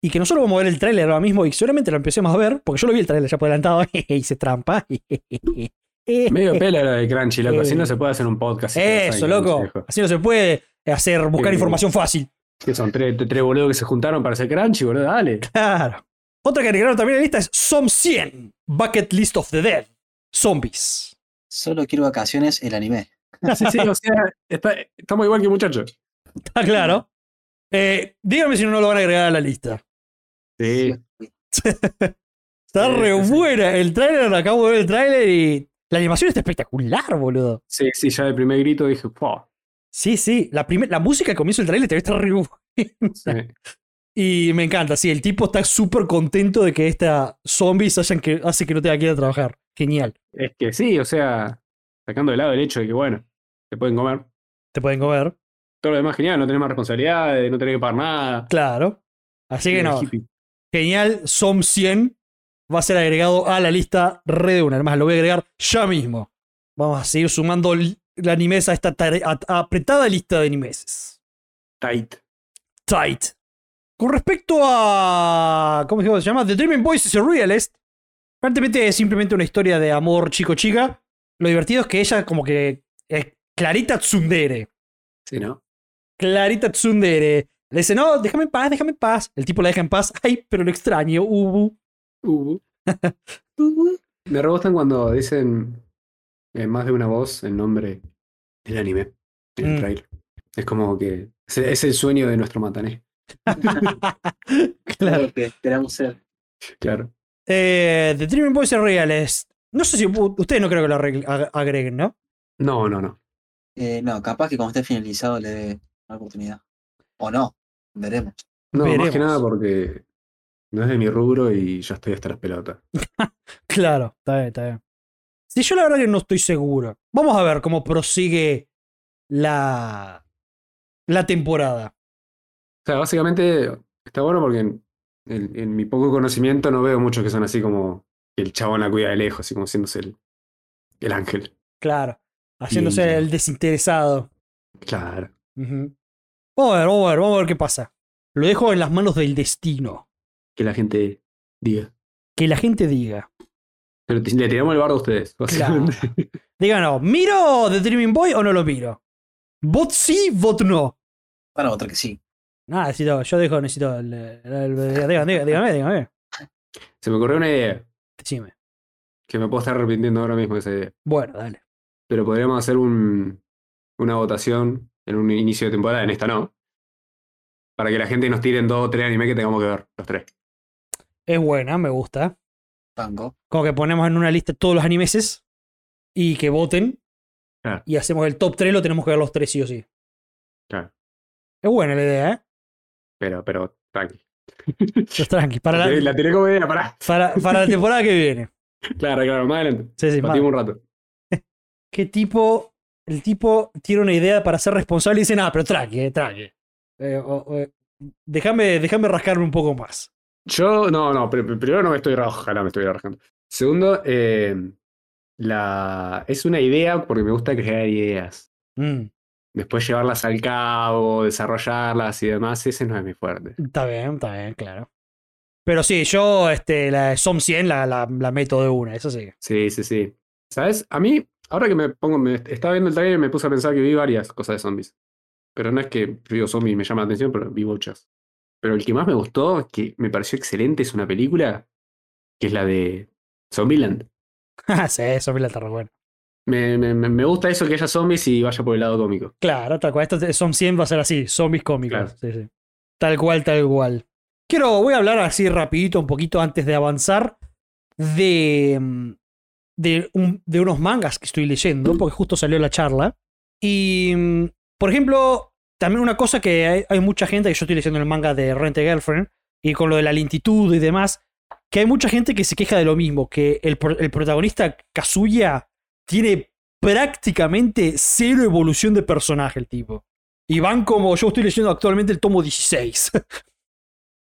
Y que nosotros vamos a ver el tráiler ahora mismo y seguramente lo empecemos a ver, porque yo lo vi el tráiler ya por adelantado y se trampa. Medio pela la de Crunchy, loco. Así Eh. no se puede hacer un podcast. Eso, Ay, loco. viejo. Así no se puede hacer buscar Sí. información fácil. Que son tres, tres boludos que se juntaron para hacer Crunchy, boludo. Dale. Claro. Otra que agregaron también a la lista es SOM 100, Bucket List of the Dead, Zombies. Solo quiero vacaciones el anime. Sí, sí, o sea, está, estamos igual que muchachos. Está claro. Eh, dígame si no lo van a agregar a la lista. Sí. Está Sí, re sí, sí. buena. El tráiler, acabo de ver el tráiler y la animación está espectacular, boludo. Sí, sí, ya del primer grito dije, "Pua". Sí, sí. La, primer- la música que comienza el tráiler te está re buena. Sí. Y me encanta. Sí, el tipo está súper contento de que esta Zombies hayan que, hace que no tenga que ir a trabajar. Genial. Es que sí, o sea, sacando de lado el hecho de que, bueno, te pueden comer. Te pueden comer. Todo lo demás genial, no tenés más responsabilidades, no tenés que pagar nada. Claro. Así que Mira, no. hippie. Genial, SOM 100 va a ser agregado a la lista re de una. Además, lo voy a agregar ya mismo. Vamos a seguir sumando l- la animes a esta tare- a- a- apretada lista de animes. Tight. Tight. Con respecto a. ¿Cómo es que se llama? The Dreaming Boys is a Realist. Aparentemente es simplemente una historia de amor chico-chica. Lo divertido es que ella, como que. Es Clarita Tsundere. Sí, ¿no? Clarita Tsundere. Le dice, no, déjame en paz, déjame en paz. El tipo la deja en paz. Ay, pero lo extraño, Ubu. Uh, Ubu. me rebostan cuando dicen en más de una voz el nombre del anime, en el Mm. trailer. Es como que es, es el sueño de nuestro matané. Claro. Lo que esperamos ser. Claro. Eh, The Dreaming Boys are reales. No sé si u- ustedes no creo que lo arregl- ag- agreguen, ¿no? No, no, no. Eh, no, capaz que cuando esté finalizado le dé una oportunidad. O no. Veremos. No, más Veremos. que nada porque no es de mi rubro y ya estoy hasta las pelotas. Claro, está bien, está bien. Si yo la verdad que no estoy seguro. Vamos a ver cómo prosigue la, la temporada. O sea, básicamente está bueno porque en, en- en mi poco conocimiento no veo muchos que son así como que el chabón la cuida de lejos, así como haciéndose el, el ángel. Claro. Haciéndose Bien, bien. el desinteresado. Claro. Ujú. Vamos a ver, vamos a ver, vamos a ver qué pasa. Lo dejo en las manos del destino. Que la gente diga. Que la gente diga. Pero te- le tiramos el bardo a ustedes, Claro. básicamente. Díganos, ¿miro The Dreaming Boy o no lo miro? ¿Vot sí, vot no? Para otro que sí. Nada, necesito, yo dejo, necesito el, el- el- dígame, dígame, dígame, dígame. Se me ocurrió una idea. Decime. Que me puedo estar arrepintiendo ahora mismo de esa idea. Bueno, dale. Pero podríamos hacer un, una votación en un inicio de temporada, en esta no. Para que la gente nos tire en dos o tres anime que tengamos que ver, los tres. Es buena, me gusta. Banco. Como que ponemos en una lista todos los animeses y que voten. Claro. Y hacemos el top 3, lo tenemos que ver los tres sí o sí. Claro. Es buena la idea, ¿eh? Pero, pero, tranqui. Los tranqui. Para La, la, la tiré como idea, pará. para, para la temporada que viene. Claro, claro, más adelante. Sí, sí, más. Batimos un rato. ¿Qué tipo? El tipo tiene una idea para ser responsable y dice, nada, pero tranqui, eh, tranqui. Eh, o- o- eh, déjame, déjame rascarme un poco más. Yo, no, no, pri- pri- primero no me estoy rajando, ojalá me estoy rajando. Segundo, eh, la, es una idea porque me gusta crear ideas. Mm, Después llevarlas al cabo, desarrollarlas y demás, ese no es mi fuerte. está bien, está bien, claro. Pero sí, yo este, la de SOM 100 la, la, la meto de una, eso sí. Sí, sí, sí. ¿Sabes? A mí, ahora que me pongo, me estaba viendo el trailer y me puse a pensar que vi varias cosas de zombies. Pero no es que yo digo zombies y me llama la atención, pero vi muchas. Pero el que más me gustó, que me pareció excelente, es una película que es la de Zombieland. Ah, sí, eso me la está re buena. Me, me, me- me gusta eso que haya zombies y vaya por el lado cómico. Claro, tal cual. Esto te- SOM 100 va a ser así, zombies cómicos. Claro. Sí, sí. Tal cual, tal cual. Quiero, voy a hablar así rapidito, un poquito antes de avanzar, de, mm, de, un- de unos mangas que estoy leyendo, porque justo salió la charla. Y, mm, por ejemplo, también una cosa que hay, hay mucha gente, que yo estoy leyendo el manga de Rent a Girlfriend, y con lo de la lentitud y demás, que hay mucha gente que se queja de lo mismo, que el, pro- el protagonista Kazuya tiene prácticamente cero evolución de personaje el tipo. Y van como, yo estoy leyendo actualmente el tomo 16.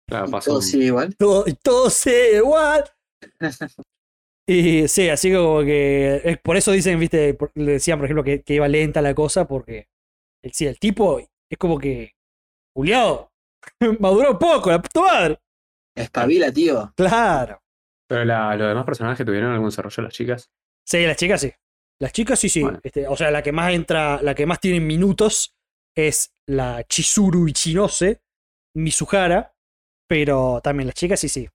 Claro, Y pasó todo un- sigue igual. todo, todo se igual. Y sí, así como que. es por eso dicen, viste, por- le decían, por ejemplo, que, que iba lenta la cosa, porque. El, sí, el tipo es como que. Juliado, maduró poco, la puta madre. Espabila, tío. Claro. Pero la- los demás personajes tuvieron algún desarrollo, las chicas. Sí, las chicas sí. Las chicas sí, sí. Bueno. Este, o sea, la que más entra, la que más tiene minutos es la Chizuru Ichinose, Mizuhara, pero también las chicas sí, sí.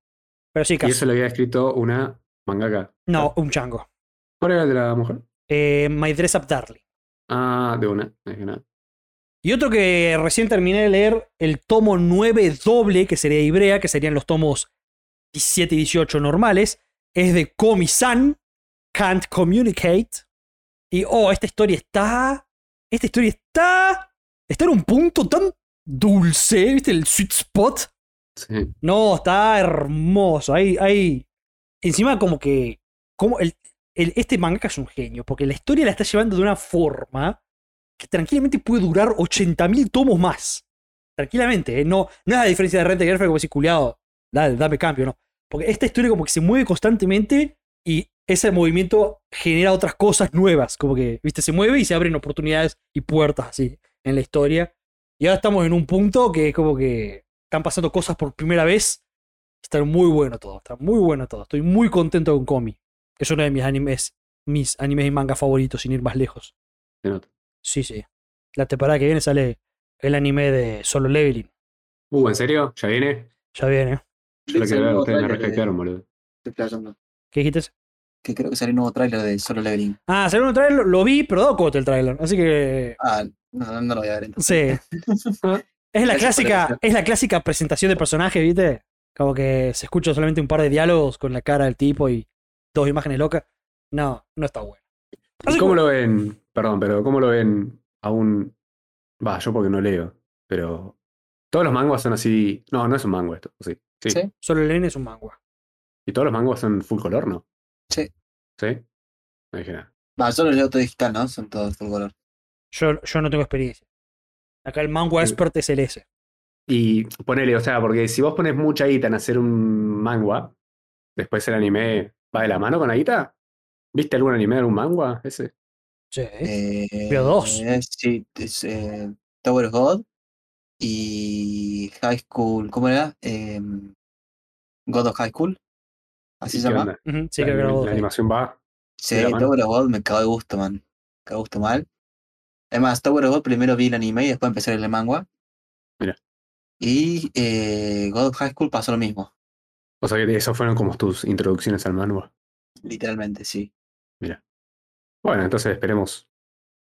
Pero sí, Y casi. eso lo había escrito una mangaka. No, un chango. ¿Cuál era el de la mujer? Eh, My Dress Up Darling. Ah, de una. de una. Y otro que recién terminé de leer, el tomo 9 doble, que sería Ibrea, que serían los tomos 17 y 18 normales, es de Komi-san, Can't Communicate. Y, oh, esta historia está... Esta historia está... Está en un punto tan dulce, ¿viste? El sweet spot. Sí. No, está hermoso. Hay, hay... Encima como que... Como el, el- este mangaka es un genio, porque la historia la está llevando de una forma que tranquilamente puede durar 80.000 tomos más. Tranquilamente, ¿eh? no, no es la diferencia de Rente Girlfriend como si culiado, dale, dame cambio, no. Porque esta historia como que se mueve constantemente y ese movimiento genera otras cosas nuevas, como que, viste, se mueve y se abren oportunidades y puertas así en la historia. Y ahora estamos en un punto que es como que están pasando cosas por primera vez. Está muy bueno todo, está muy bueno todo. Estoy muy contento con Komi. Es uno de mis animes, mis animes y manga favoritos, sin ir más lejos. Se nota. Sí, sí. La temporada que viene sale el anime de Solo Leveling. Uh, ¿en serio? ¿Ya viene? Ya viene. Yo lo Salió quiero ver, nuevo ustedes me tráiler de- respetaron, boludo. estoy flasheando. ¿Qué dijiste? Que creo que salió un nuevo tráiler de Solo Leveling. Ah, salió un trailer, lo vi, pero dado cote el trailer. Así que. Ah, no, no lo voy a ver entonces. Sí. Es la Gracias por clásica, la es la clásica presentación de personaje, ¿viste? Como que se escucha solamente un par de diálogos con la cara del tipo y dos imágenes locas. No, no está bueno. ¿Y Así ¿Cómo que- lo ven? Perdón, pero ¿cómo lo ven a un. Va, yo porque no leo. Pero. Todos los mangos son así. No, no es un mango esto. Sí. Sí. Sí. Solo Leveling es un manga. Y todos los mangos son full color, ¿no? Sí. ¿Sí? No dije nada. Va, solo leo todo digital, ¿no? Son todos full color. Yo, yo no tengo experiencia. Acá el manga Sí. expert es el S. Y ponele, o sea, porque si vos pones mucha guita en hacer un manga, después el anime va de la mano con la guita. ¿Viste algún anime de algún manga? Ese. Sí. Eh, Veo dos. eh, sí, es, eh, Tower of God y High School. ¿Cómo era? Em, God of High School. Así ¿Y se qué llama. onda? Ujú, sí, creo que La anima- grabó la dos. animación va. Sí, de la mano. Tower of God me cagó de gusto, man. Me cagó de gusto mal. Además, Tower of God primero vi el anime y después empecé a leer el manga. Mira. Y eh, God of High School pasó lo mismo. O sea que esos fueron como tus introducciones al manga. Literalmente, sí. Bueno, entonces esperemos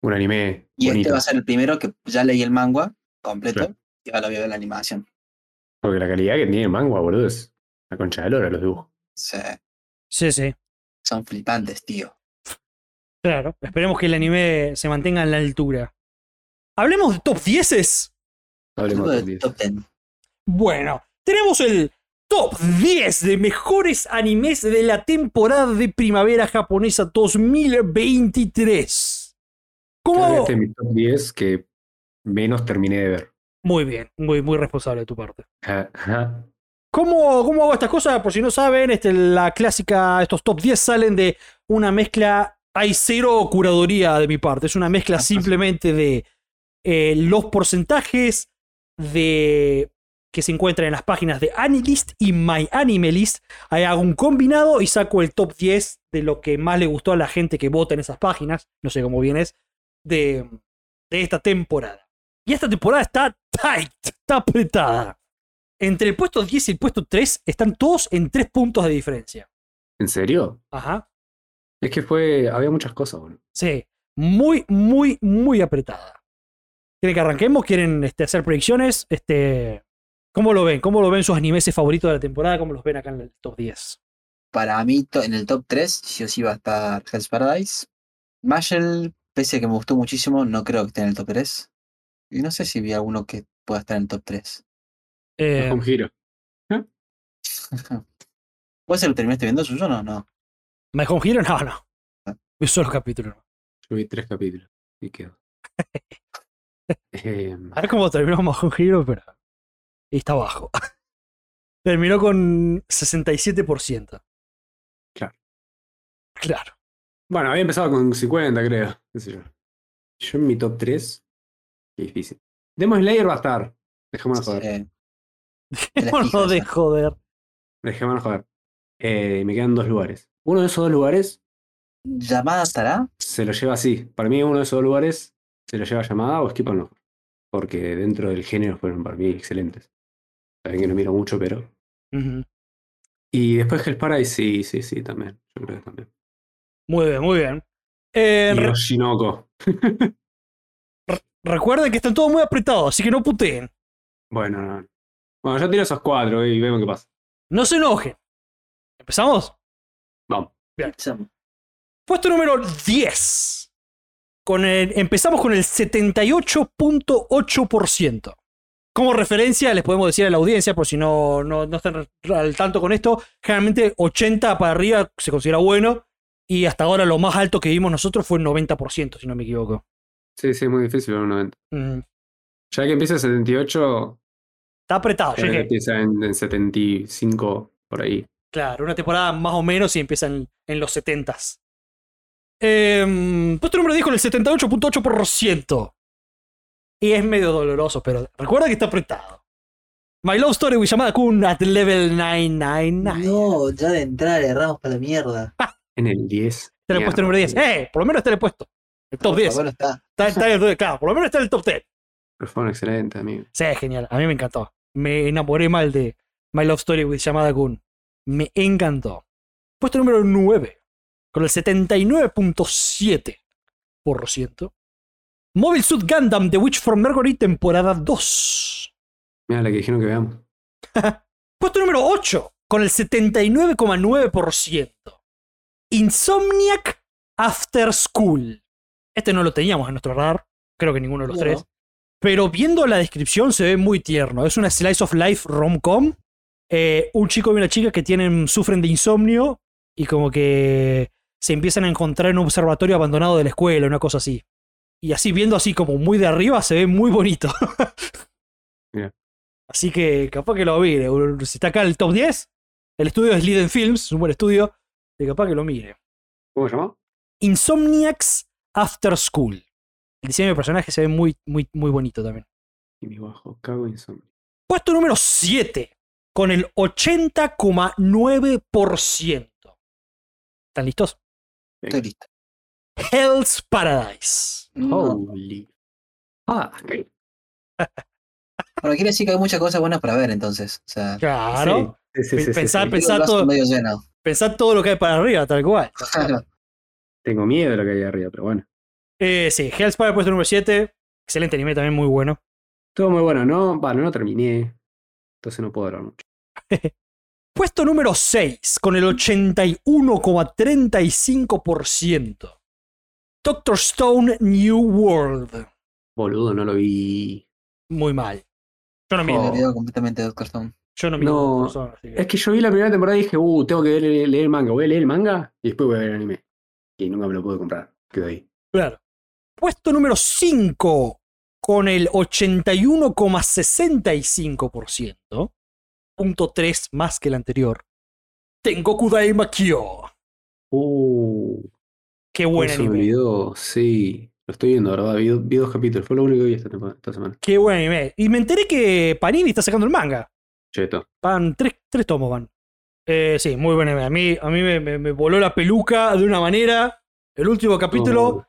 un anime Y bonito. este va a ser el primero que ya leí el manga completo Claro. y ahora voy a ver la animación. Porque la calidad que tiene Mangua, boludo, es la concha de lora los dibujos. Sí, Sí, sí. son flipantes, tío. Claro. Esperemos que el anime se mantenga en la altura. Hablemos de top 10. Hablemos Todo de el top 10. top 10. Bueno, tenemos el top 10 de mejores animes de la temporada de primavera japonesa 2023. Creo que ¿Cómo? Este es mi top 10 que menos terminé de ver. Muy bien, muy, muy responsable de tu parte. Ajá, ajá. ¿Cómo, cómo hago estas cosas? Por si no saben, este, la clásica, estos top 10 salen de una mezcla. Hay cero curaduría de mi parte. Es una mezcla simplemente de eh, los porcentajes de que se encuentran en las páginas de Anilist y MyAnimeList. Ahí hago un combinado y saco el top 10 de lo que más le gustó a la gente que vota en esas páginas. No sé cómo bien es. De, de esta temporada. Y esta temporada está tight, está apretada entre el puesto 10 y el puesto 3 están todos en 3 puntos de diferencia. ¿En serio? Ajá. Es que fue. Había muchas cosas, boludo. Sí. Muy, muy, muy apretada. ¿Quieren que arranquemos? ¿Quieren este, hacer predicciones? Este, ¿Cómo lo ven? ¿Cómo lo ven sus animes favoritos de la temporada? ¿Cómo los ven acá en el top 10? Para mí, to- en el top 3, sí o sí va a estar Hell's Paradise. Marshall, pese a que me gustó muchísimo, no creo que esté en el top 3. Y no sé si vi alguno que pueda estar en el top 3. Eh, Fue un giro. ¿Vos se lo terminaste viendo suyo o no? No. ¿My Home Hero? No, no. Un solo capítulo. Yo vi tres capítulos y quedó. Em, A ver cómo terminó My Home Hero, pero... Y está abajo. Terminó con 67%. Claro. Claro. bueno, había empezado con 50, creo. qué sé yo. Yo en mi top 3. Qué difícil. Demon Slayer va a estar. Dejémonos joder. Eh, Te la No fijas, de ya. joder. Dejémonos joder. Eh, me quedan dos lugares. Uno de esos dos lugares ¿Llamada estará? se lo lleva así. Para mí, uno de esos dos lugares se lo lleva llamada o Skip and Lock. Porque dentro del género fueron para mí excelentes. Saben que no miro mucho, pero. Ujú. Y después Hell's Paradise, sí, sí, sí, también. Yo creo que también. Muy bien, muy bien. Eh, Y re- Oshinoko. recuerden que están todos muy apretados, así que no puteen. Bueno, no, no. Bueno, yo tiro esos cuatro y vemos qué pasa. No se enojen. ¿Empezamos? Vamos. Puesto número 10. Con el- empezamos con el 78.8%. Como referencia, les podemos decir a la audiencia, por si no, no, no están al tanto con esto, generalmente 80 para arriba se considera bueno. Y hasta ahora lo más alto que vimos nosotros fue el 90%, si no me equivoco. Sí, sí, es muy difícil ver un 90. Mm, Ya que empieza en 78, Está apretado. Ah, yo creo que dije, eh, empieza en, en 75 por ahí. Claro, una temporada más o menos y empieza en, en los 70s. Em, puesto número 10 con el 78.8%. Y es medio doloroso, pero recuerda que está apretado. My Love Story with Yamada Kun at level 999. No, ya de entrar erramos para la mierda. En el 10. Está en el puesto número 10. ¡Eh! Por lo menos está en el puesto. El top 10. Bueno, está. Está, está en el- claro, por lo menos está en el top 10. Pero fueron excelentes, amigo. Sí, genial. A mí me encantó. Me enamoré mal de My Love Story with Yamada Kun. Me encantó. Puesto número 9. Con el 79.7%. Mobile Suit Gundam The Witch from Mercury, temporada 2. Mira la que dijeron que veamos. Puesto número 8. Con el 79.9%. Insomniac After School. Este no lo teníamos en nuestro radar. Creo que ninguno de los No. tres. Pero viendo la descripción se ve muy tierno. Es una slice of life rom-com. Eh, un chico y una chica que tienen, sufren de insomnio y como que se empiezan a encontrar en un observatorio abandonado de la escuela, una cosa así. Y así viendo así como muy de arriba se ve muy bonito. Mira. Así que capaz que lo mire. Si está acá el top 10, el estudio es Liden Films, es un buen estudio. Y capaz que lo mire. ¿Cómo se llamó? Insomniacs After School. El diseño de personaje se ve muy, muy, muy bonito también. Y mi bajo, cago insomnio. Puesto número 7, con el 80,9%. ¿Están listos? Estoy listo. Oh. Hell's Paradise. No. Holy. Ah, ok. Bueno, quiere decir que hay muchas cosas buenas para ver entonces. O sea, Claro. Sí, sí, sí, sí, Pensá- sí. pensá- tengo el vaso todo- medio lleno. Pensad todo lo que hay para arriba, tal cual. Tengo miedo de lo que hay arriba, pero bueno. Eh, sí, Hell's Fire puesto número 7. Excelente anime, también muy bueno. Todo muy bueno, ¿no? Bueno, no terminé. Entonces no puedo hablar mucho. Puesto número 6, con el 81,35%. Doctor Stone New World. Boludo, no lo vi. Muy mal. Yo no Me miro. Oh. olvidado completamente de Doctor Stone. Yo no miro. No. Doctor Stone, así que- Es que yo vi la primera temporada y dije, uh, tengo que leer, leer el manga. Voy a leer el manga y después voy a ver el anime. Y nunca me lo pude comprar. Quedó ahí. Claro. Puesto número 5, con el 81,65%. Punto 3 más que el anterior. Tengoku Daima Kyo. Uh, Qué buen se me anime. olvidó. Sí, lo estoy viendo, ¿verdad? Vi, vi dos capítulos. Fue lo único que vi esta, temporada- esta semana. Qué buen anime. Y me enteré que Panini está sacando el manga. Cheto. Van tres, tres tomos, van. Eh, sí, muy buen anime. A mí, a mí me, me- me voló la peluca de una manera. El último capítulo.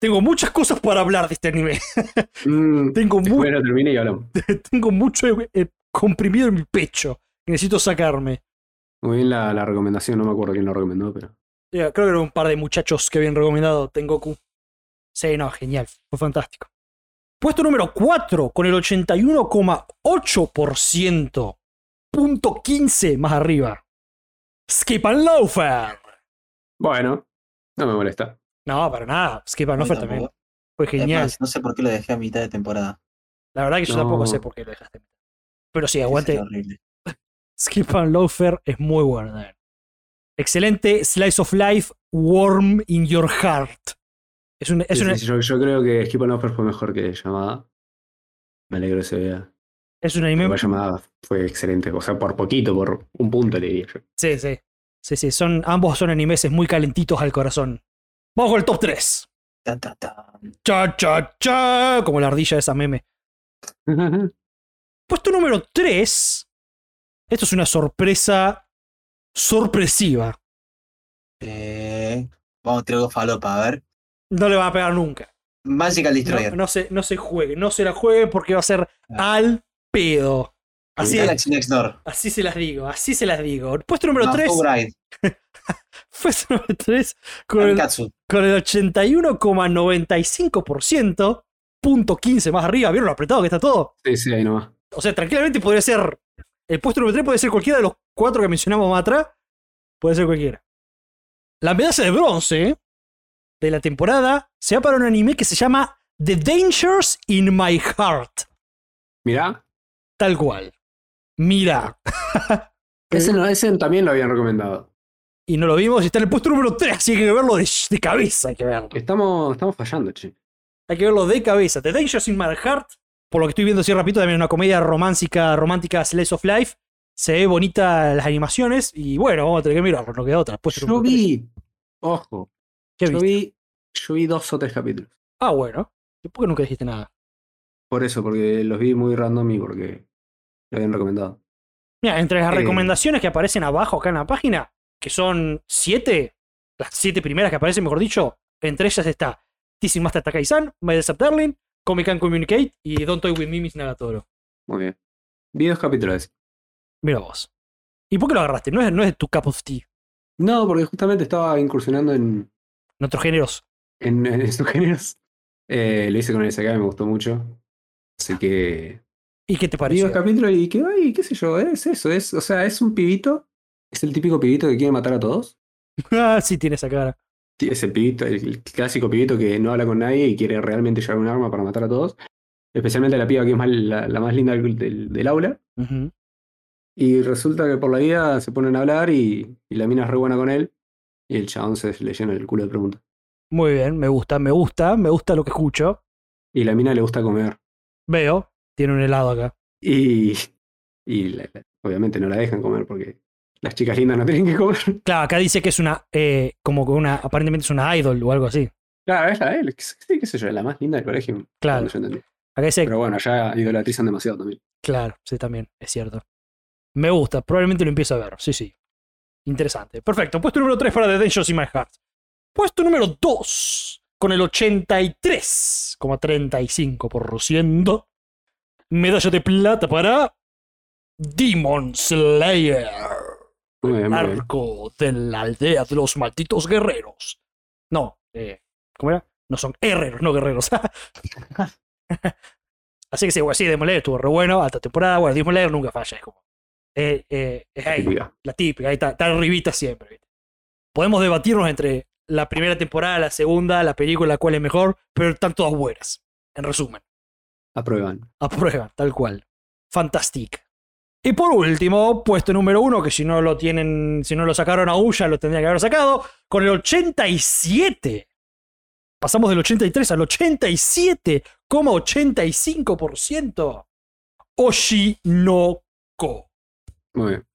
Tengo muchas cosas para hablar de este anime. Mm, Tengo, mu- después lo terminé y hablamos. tengo mucho eh, comprimido en mi pecho. Necesito sacarme. Muy bien la, la recomendación, no me acuerdo quién lo recomendó, pero. Ya, creo que era un par de muchachos que habían recomendado Tengoku. Sí, no, genial. Fue fantástico. Puesto número 4 con el 81,8%. Punto 15 más arriba. Skip and Loafer. Bueno, no me molesta. No, para nada. Skip and A mí Loafer también. tampoco. Fue genial. Además, Eh, no sé por qué lo dejé a mitad de temporada. La verdad que yo No. tampoco sé por qué lo dejaste. Pero sí, Ese aguante. es horrible. Skip and Loafer es muy bueno. también. Excelente. Slice of Life. Warm in Your Heart. Es un, es Sí, un, sí, yo, yo creo que Skip and Offer fue mejor que Llamada. Me alegro que se vea. es un anime Igual Llamada fue excelente. O sea, por poquito, por un punto le diría yo. Sí, sí. Sí, sí. Son, ambos son animeses muy calentitos al corazón. Vamos con el top 3. Ta, ta, ta. Cha, cha, cha. Como la ardilla de esa meme. Puesto número 3. Esto es una sorpresa sorpresiva. Eh, vamos, traigo falopa, a ver. No le va a pegar nunca. Magical No, Destroyer. no se, no se juegue. No se la juegue porque va a ser al pedo. Así, Mira. Galaxy Next Door. así se las digo. Así se las digo. Puesto número 3. Mahou Bride. Puesto número 3. Con el, Ankatsu. con el 81,95%. Punto 15 más arriba. ¿Vieron lo apretado que está todo? Sí, sí, ahí nomás. O sea, tranquilamente podría ser. El puesto número 3 puede ser cualquiera de los cuatro que mencionamos más atrás. Puede ser cualquiera. La medalla de bronce de la temporada se va para un anime que se llama The Dangers in My Heart. Mirá, Tal cual. Mira. ese, no- ese también lo habían recomendado. Y no lo vimos y está en el puesto número 3, así que hay que verlo de, de cabeza. Hay que verlo. Estamos, estamos fallando, che. Hay que verlo de cabeza. The Dangers in My Heart, por lo que estoy viendo así rapidito, también es una comedia romántica, romántica Slice of Life. Se ve bonita las animaciones y bueno, vamos a tener que mirarlo, no queda otra. Puesto Yo número tres. vi, ojo, ¿Qué yo viste? vi, yo vi dos o tres capítulos. Ah, bueno. ¿Y ¿Por qué nunca dijiste nada? Por eso, porque los vi muy random y porque lo habían recomendado. Mira, entre las Eh. recomendaciones que aparecen abajo acá en la página, que son siete, las siete primeras que aparecen, mejor dicho, entre ellas está Teasing Master Takai-san, My Deserted Darling, Comic Can Communicate y Don't Toy With Me Miss Nagatoro. Muy bien. Vi dos capítulos. de ese. Mira vos. ¿Y por qué lo agarraste? No es, no es de tu cup of tea. No, porque justamente estaba incursionando en, En otros géneros. en, en esos géneros. Eh, lo hice con el SK, me gustó mucho. Así que ¿Y qué te vi pareció? dos capítulos y que, ay, qué sé yo, es eso, es, o sea, es un pibito, es el típico pibito que quiere matar a todos. Ah, sí, tiene esa cara. Sí, Es el pibito, el el clásico pibito que no habla con nadie y quiere realmente llevar un arma para matar a todos. Especialmente a la piba que es más- la, la más linda del, del- del aula. Ujú. Y resulta que por la vida se ponen a hablar y, y la mina es re buena con él. Y el chabón se le llena el culo de preguntas. Muy bien, me gusta, me gusta, me gusta lo que escucho. Y la mina le gusta comer. Veo, tiene un helado acá. Y, y la- la- obviamente no la dejan comer porque las chicas lindas no tienen que comer. Claro, acá dice que es una, eh, como que una, aparentemente es una idol o algo así. Claro, es la él, sí, qué sé yo, es la más linda del colegio. Claro. yo entendí. Acá dice, Pero bueno, ya idolatrizan demasiado también. claro, sí, también, es cierto. Me gusta, probablemente lo empiezo a ver, sí, sí. Interesante. Perfecto, puesto número 3 para The Dangers in My Heart. Puesto número 2, con el 83,35%. Medalla de plata para Demon Slayer. Muy bien, muy bien. Arco de la aldea de los malditos guerreros. No, eh, ¿cómo era? No son herreros, no guerreros. Así que sí, bueno, sí, Demolator estuvo re bueno, alta temporada. Bueno, Demolator nunca falla, es como. eh, eh, es ahí, Diga. la típica, ahí está, está arribita siempre. ¿viste? Podemos debatirnos entre la primera temporada, la segunda, la película, cuál es mejor, pero están todas buenas. En resumen. Aprueban. A prueba, tal cual. Fantastic. Y por último, puesto número uno, que si no lo tienen, si no lo sacaron aún, ya lo tendrían que haber sacado, con el 87. Pasamos del 83 al 87,85%. Oshinoko. Muy bien.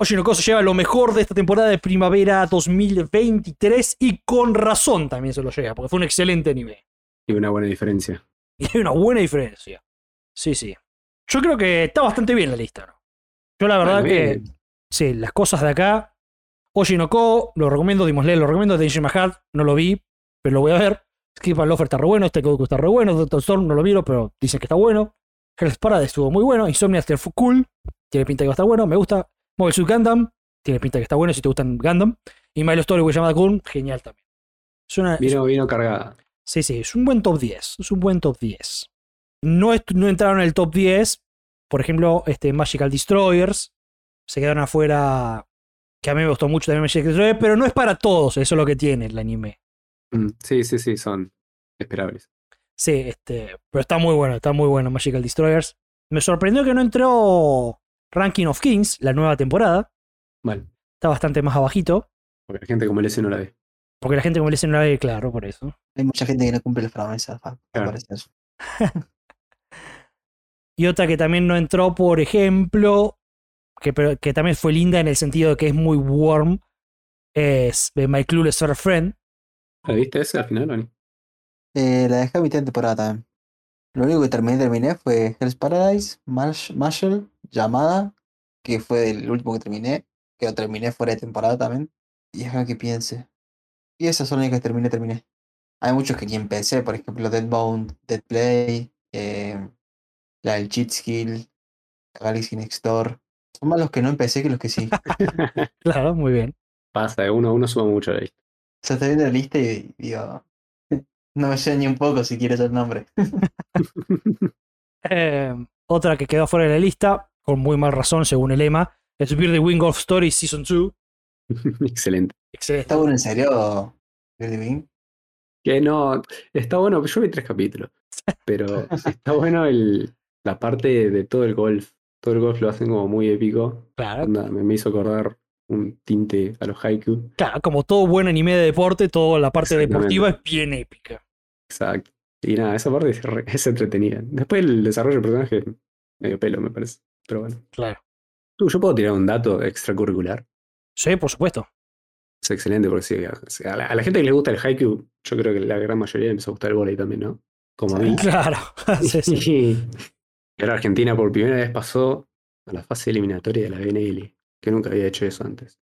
Oshinoko se lleva lo mejor de esta temporada de primavera 2023 y con razón también se lo lleva, porque fue un excelente anime. Y una buena diferencia. Y hay una buena diferencia. Sí, sí. Yo creo que está bastante bien la lista, ¿no? Yo la verdad Muy que, bien. sí, las cosas de acá. Oshinoko, lo recomiendo, Demon Slayer, lo recomiendo, Denshin Mahad, no lo vi, pero lo voy a ver. Skip and Loafer está re bueno, este Kodoku está re bueno, Doctor Storm no lo miro, pero dicen que está bueno. Hell's Paradise estuvo muy bueno, Insomnia After fue cool, tiene pinta que va a estar bueno, me gusta. Mobile Suit Gundam, tiene pinta que está bueno si te gustan Gundam. Y My Love Story with Yamada Kun, genial también. Es una, es Vino, vino cargada. Sí, sí, es un buen top 10. Es un buen top 10. No, est- no entraron en el top 10. Por ejemplo, este Magical Destroyers. Se quedaron afuera. Que a mí me gustó mucho también Magical Destroyers. Pero no es para todos. Eso es lo que tiene el anime. Mm, Sí, sí, sí, son esperables. Sí, este. Pero está muy bueno. Está muy bueno Magical Destroyers. Me sorprendió que no entró Ranking of Kings, la nueva temporada. Mal. Está bastante más abajito. Porque la gente como el S no la ve. Porque la gente como le dice no la ve claro por eso. Hay mucha gente que no cumple las promesas. fa, me Claro. parece eso. Y otra que también no entró, por ejemplo, que, pero- que también fue linda en el sentido de que es muy warm, es de My Clueless Sort of Friend. ¿La viste ese al final, Oni? Eh, la dejé a mitad de temporada también. Lo único que terminé, terminé fue Hell's Paradise, Marsh- Marshall, Llamada, que fue el último que terminé, que lo terminé fuera de temporada también. Y deja que piense. Y esas son las que terminé, terminé. Hay muchos que ni empecé, por ejemplo, Deadbound, Dead Play, eh, la del Cheat Skill, Galaxy Next Door. Son más los que no empecé que los que sí. Claro, muy bien. Pasa, de uno a uno suma mucho la lista. O sea, estoy viendo la lista y digo, no me llega ni un poco si quieres el nombre. Eh, otra que quedó fuera de la lista, con muy mal razón según el lema, es Beer the Wing of Story Season 2. Excelente. Excelente. ¿Está bueno en serio, Birdie Wing? Que no, está bueno, yo vi tres capítulos, pero está bueno el, la parte de todo el golf. Todo el golf lo hacen como muy épico. Claro, Onda, me, me hizo acordar un tinte a los haiku. claro, como todo buen anime de deporte, toda la parte Exactamente. deportiva es bien épica. Exacto. Y nada, esa parte es, re- es entretenida. Después el desarrollo del personaje, medio pelo, me parece. Pero bueno. Claro. Tú, yo puedo tirar un dato extracurricular. Sí, por supuesto. Es excelente porque sí, o sea, a, la, a la gente que le gusta el haiku, yo creo que la gran mayoría le empezó a gustar el volei también, ¿no? Como a mí. Claro. Sí, sí. Y ahora Argentina por primera vez pasó a la fase eliminatoria de la BNL, que nunca había hecho eso antes.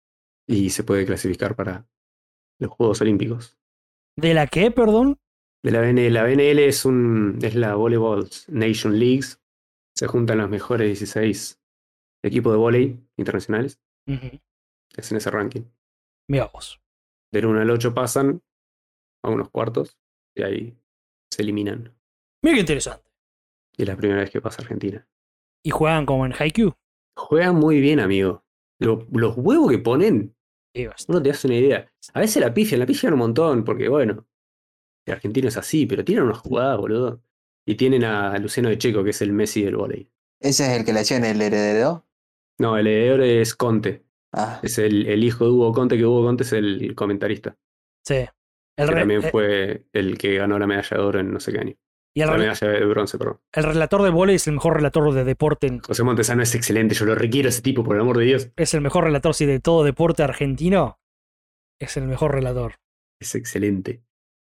Y se puede clasificar para los Juegos Olímpicos. ¿De la qué, perdón? De la BNL, la BNL es, un, es la Volleyball Nation Leagues. Se juntan los mejores 16 equipos de volei internacionales. Ujú. Es en ese ranking. Mira vos. Del 1 al 8 pasan a unos cuartos y ahí se eliminan. Mira qué interesante. Y es la primera vez que pasa Argentina. Y juegan como en Haikyuu. Juegan muy bien, amigo. Lo- los huevos que ponen, Sí, bastante. uno te hace una idea. A veces la pifian, la pifian un montón, porque bueno, el argentino es así, pero tienen unas jugadas, boludo. Y tienen a Luciano de Checo, que es el Messi del volei. Ese es el que le hacían el heredero. No, el heredero es Conte. Ah, Es el, el hijo de Hugo Conte, que Hugo Conte es el comentarista. Sí. El que re- también eh, fue el que ganó la medalla de oro en no sé qué año. y el, La re- medalla de bronce, perdón. el relator de volei es el mejor relator de deporte. en- José Montesano es excelente, yo lo requiero a ese tipo, por el amor de Dios. es el mejor relator, si de todo deporte argentino. Es el mejor relator. Es Eh. excelente.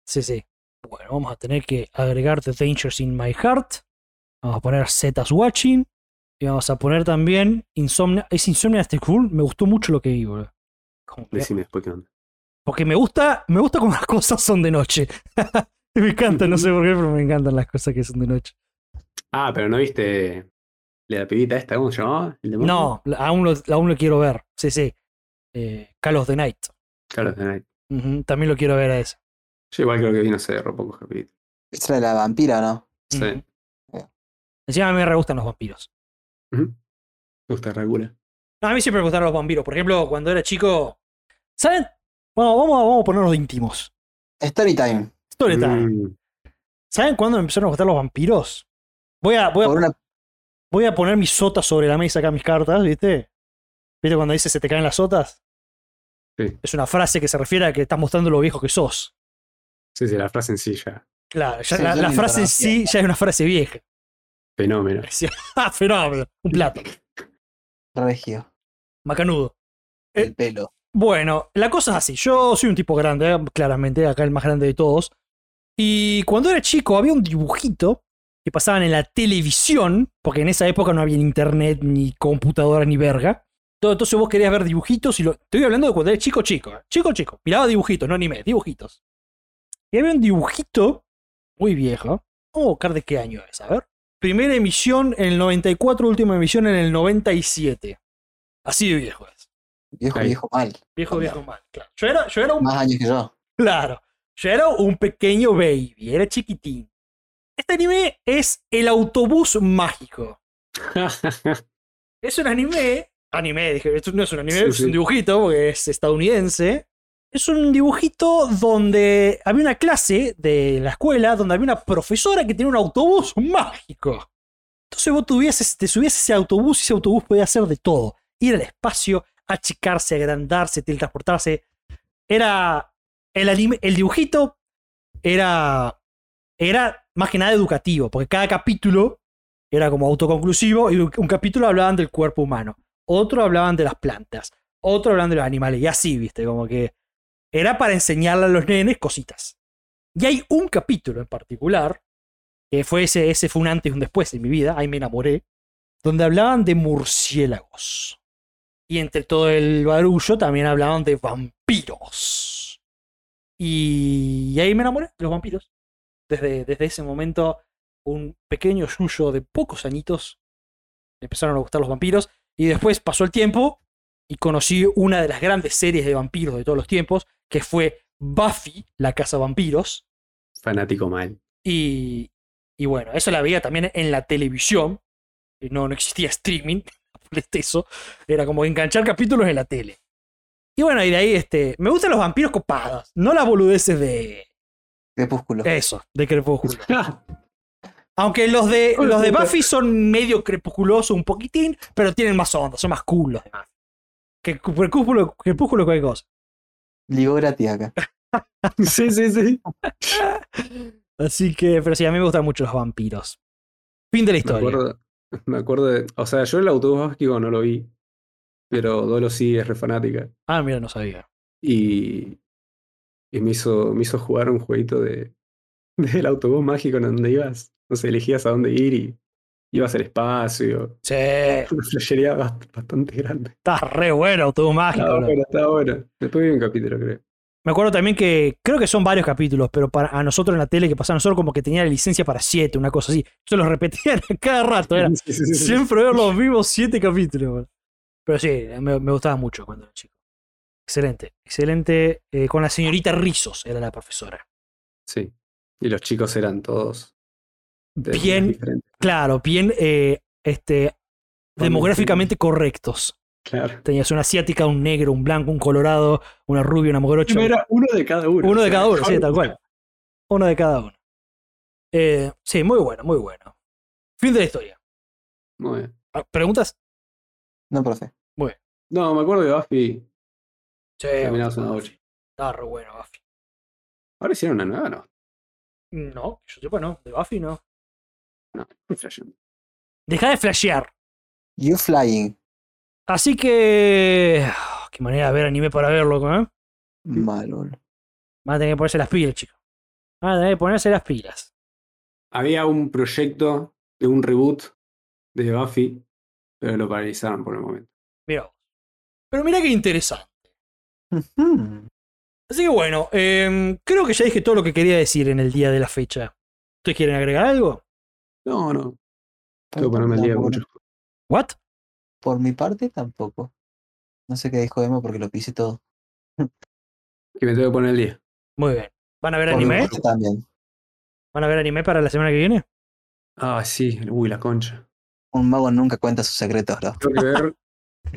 Sí, sí. Bueno, vamos a tener que agregar The Dangers in My Heart. Vamos a poner Zetas Watching. Y vamos a poner también Insomnia. Es Insomnia este cool. Me gustó mucho lo que vi, boludo. Como que- Decime después qué onda. Porque me gusta, me gusta cuando las cosas son de noche. me encanta, no sé por qué, pero me encantan las cosas que son de noche. Ah, pero no viste la pibita esta, ¿cómo se llamaba? ¿El demonio? No, la- aún lo, aún lo quiero ver. Sí, sí. eh, Call of the Night. Claro, de Night. Ujú, También lo quiero ver a ese. Yo igual creo que vino hace re pocos capítulos. Esa era la vampira, ¿no? Sí. Ujú. Bien. Encima a mí me re gustan los vampiros. Ujú. Me gusta Dracula. No, a mí siempre me gustaron los vampiros. Por ejemplo, cuando era chico. ¿Saben? Bueno, vamos, vamos a ponernos íntimos. Story time. Story time. Mm. ¿Saben cuándo me empezaron a gustar los vampiros? Voy a, voy a Por una, Voy a poner mis sotas sobre la mesa acá, mis cartas, ¿viste? ¿Viste cuando dice se te caen las sotas? Sí. Es una frase que se refiere a que estás mostrando lo viejo que sos. Sí, sí, la frase en sí ya. Claro, ya Sí, la, yo la ni frase en sí ya es una frase vieja. Fenómeno. ¡Ah, fenómeno! Un plato. regio. Macanudo. Eh. El pelo. Bueno, la cosa es así. Yo soy un tipo grande, ¿eh? claramente, acá el más grande de todos. Y cuando era chico había un dibujito que pasaban en la televisión, porque en esa época no había ni internet, ni computadora, ni verga. Todo- Entonces vos querías ver dibujitos y lo... Estoy hablando de cuando era chico, chico. ¿eh? Chico, chico. Miraba dibujitos, no anime, dibujitos. Y había un dibujito muy viejo. Vamos a buscar de qué año es, a ver. Primera emisión en el 94, última emisión en el 97. Así de viejo es. Viejo, Ahí. viejo mal. Viejo, viejo, mal, claro. Yo era, yo era un. Más años que yo. Claro. Yo era un pequeño baby, era chiquitín. Este anime es El Autobús Mágico. Es un anime. Anime, dije, esto no es un anime, Sí, es sí. un dibujito, porque es estadounidense. Es un dibujito donde había una clase de la escuela donde había una profesora que tenía un autobús mágico. Entonces vos tuvieses, te subías a ese autobús y ese autobús podía hacer de todo. Ir al espacio, achicarse, agrandarse, teletransportarse. Era el, anime- el dibujito era, era más que nada educativo, porque cada capítulo era como autoconclusivo y un, un capítulo hablaban del cuerpo humano, otro hablaban de las plantas, otro hablaban de los animales y así, viste, como que era para enseñarle a los nenes cositas. Y hay un capítulo en particular, que fue ese, ese fue un antes y un después en mi vida, ahí me enamoré, donde hablaban de murciélagos. Y entre todo el barullo también hablaban de vampiros. Y ahí me enamoré de los vampiros. Desde, desde ese momento, un pequeño yuyo de pocos añitos me empezaron a gustar los vampiros. Y después pasó el tiempo y conocí una de las grandes series de vampiros de todos los tiempos, que fue Buffy, la casa vampiros. Fanático mal. Y, y bueno, eso la veía también en la televisión. Y No, no existía streaming, aparte de eso. Era como enganchar capítulos en la tele. Y bueno, y de ahí, este, me gustan los vampiros copados, no las boludeces de, Crepúsculo. eso, de Crepúsculo. Aunque los de, Hijo de los de puta. Buffy son medio crepusculosos un poquitín, pero tienen más onda, son más cool los demás. Que cu- crepúsculo, crepúsculo cualquier cosa. Ligó gratis acá. sí, sí, sí. Así que, pero sí, a mí me gustan mucho los vampiros. Fin de la Me historia. acuerdo, me acuerdo de. O sea, yo el autobús mágico no lo vi. Pero Dolo sí es re fanática. Ah, mira, no sabía. Y. Y me hizo, me hizo jugar un jueguito de. Del autobús mágico en donde ibas. No sé, elegías a dónde ir y. Ibas al espacio. Sí, está Una flashería bast- bastante grande. re bueno, todo mágico. Estaba bro. bueno, estaba bueno. Después vi un capítulo, creo. Me acuerdo también que creo que son varios capítulos, pero para a nosotros en la tele que pasaron solo como que tenía la licencia para siete, una cosa así. Yo los repetían a cada rato, era Sí, sí, sí, sí. Siempre ver los mismos siete capítulos. bro. Pero sí, me, me gustaba mucho cuando era chico. Excelente, excelente. eh, con la señorita Rizos era la profesora. Sí. Y los chicos eran todos. de etnias Bien. diferentes, Claro, bien eh, este, demográficamente correctos. Claro. Tenías una asiática, un negro, un blanco, un colorado, una rubia, una mogrocha. Era uno de cada uno. Uno o de sea, cada uno, sí, mejor- tal cual. Uno de cada uno. Eh, sí, muy bueno, muy bueno. Fin de la historia. Muy bien. Ah, ¿Preguntas? No, profe. No, me acuerdo de Buffy. Sí, Terminamos en la ocho. está re bueno, Buffy. Mm, Ahora hicieron una nueva, no. No, que yo sepa no, de Buffy no. No, estoy flasheando. Deja de flashear. You flying. Así que. ah, Qué manera de ver anime para verlo, ¿eh? Mal, boludo. Van a tener que ponerse las pilas, chicos. Van a tener que ponerse las pilas. Había un proyecto de un reboot de Buffy, pero lo paralizaron por el momento. Mira. vos. Pero mira qué interesante. Ujú. Así que bueno, em, creo que ya dije todo lo que quería decir en el día de la fecha. ¿Ustedes quieren agregar algo? No, no. Tengo Por que ponerme al día con tampoco, muchas cosas. ¿What? Por mi parte tampoco. No sé qué dijo Emo porque lo pise todo. Que me tengo que poner el día. Muy bien. ¿Van a ver Por mi anime? parte también. ¿Van a ver anime para la semana que viene? Ah, sí. Uy, la concha. Un mago nunca cuenta sus secretos, bro. Tengo que ver.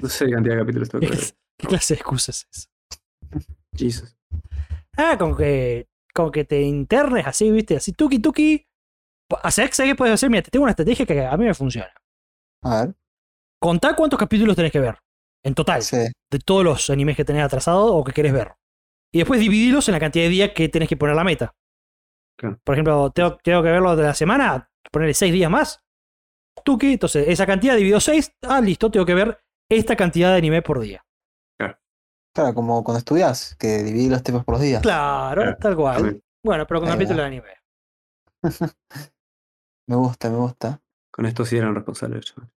No sé qué cantidad de capítulos tengo ¿Qué, que ver. qué clase de excusas es esa? Jesus. Ah, con que, con que te internes así, viste, así tuki tuki. ¿Sabes qué puedes hacer? Mira, te tengo una estrategia que a mí me funciona. A ver. Contá cuántos capítulos tenés que ver. En total. Sí. de todos los animes que tenés atrasados o que querés ver. Y después dividirlos en la cantidad de días que tenés que poner la meta. Claro. Por ejemplo, tengo, tengo que verlo de la semana, ponerle 6 días más. Tuki, entonces esa cantidad dividido 6, ah, listo, tengo que ver esta cantidad de anime por día. Claro, como cuando estudias, que dividí los temas por los días. Claro, Claro. tal cual. Amén. Bueno, pero con Ahí va. capítulo de anime. Me gusta, me gusta. Con esto sí eran responsables, chaval.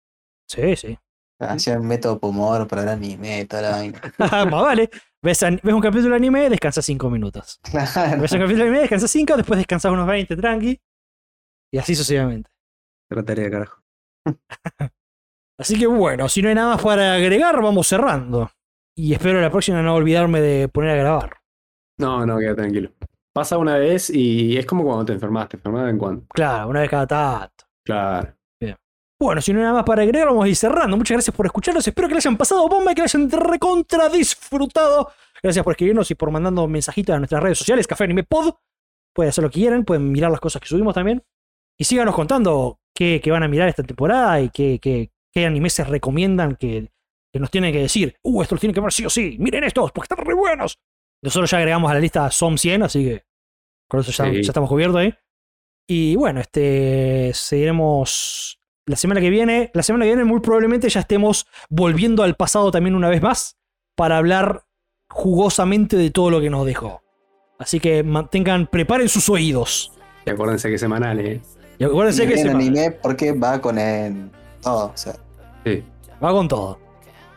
Sí, sí. Hacía un método Pomodoro para el anime, toda la vaina. Más vale. Ves, an- ves un capítulo de anime, descansas 5 minutos. Claro. Ves un capítulo de anime, descansas 5, después descansas unos 20, tranqui. Y así sucesivamente. Era tarea, carajo. Así que bueno, si no hay nada más para agregar, vamos cerrando. Y espero la próxima no olvidarme de poner a grabar. No, no, queda tranquilo. Pasa una vez y es como cuando te enfermas, te enfermas de vez en cuando. Claro, una vez cada tanto. Claro. Bueno, si no hay nada más para agregar, vamos a ir cerrando. Muchas gracias por escucharnos. Espero que le hayan pasado bomba y que le hayan recontra disfrutado. Gracias por escribirnos y por mandarnos mensajitos a nuestras redes sociales, Café Anime Pod. Pueden hacer lo que quieran, pueden mirar las cosas que subimos también. Y síganos contando qué, qué van a mirar esta temporada y qué, qué, qué animes se recomiendan que, que nos tienen que decir. Uh, estos los tienen que ver sí o sí. Miren estos, porque están re buenos. Nosotros ya agregamos a la lista SOM 100, así que con eso ya, Sí. ya estamos cubiertos ahí. Y bueno, este seguiremos la semana que viene. La semana que viene muy probablemente ya estemos volviendo al pasado también una vez más para hablar jugosamente de todo lo que nos dejó. Así que mantengan, preparen sus oídos. Y acuérdense que es semanal, ¿eh? Y acuérdense que Miren se anime porque va con el todo. O sea, Sí. va con todo.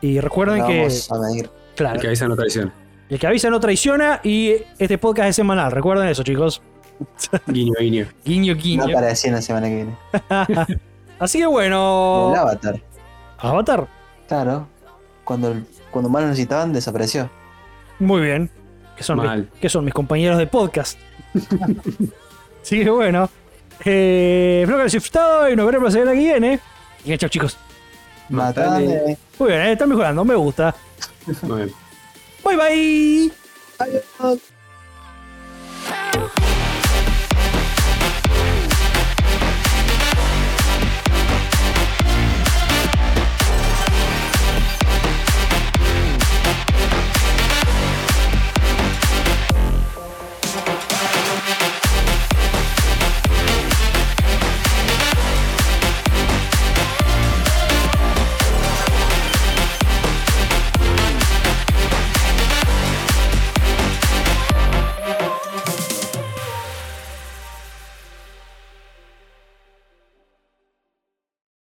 Y recuerden no que, vamos a medir. claro, El que avisa no traiciona. el que avisa no traiciona y este podcast es semanal. Recuerden eso, chicos. Guiño, guiño. Guiño, No guiño. aparecía en la semana que viene. Así que bueno, El avatar. Avatar. Claro. Cuando, el- cuando más lo necesitaban, desapareció. Muy bien. Que son, mis, Mal. que son mis compañeros de podcast. Así que bueno. Eh, espero que les haya gustado y nos veremos la semana que viene. Y chao, chicos. Matale. Matale. Muy bien, eh, están mejorando, me gusta. Bueno. Bye bye. Adiós.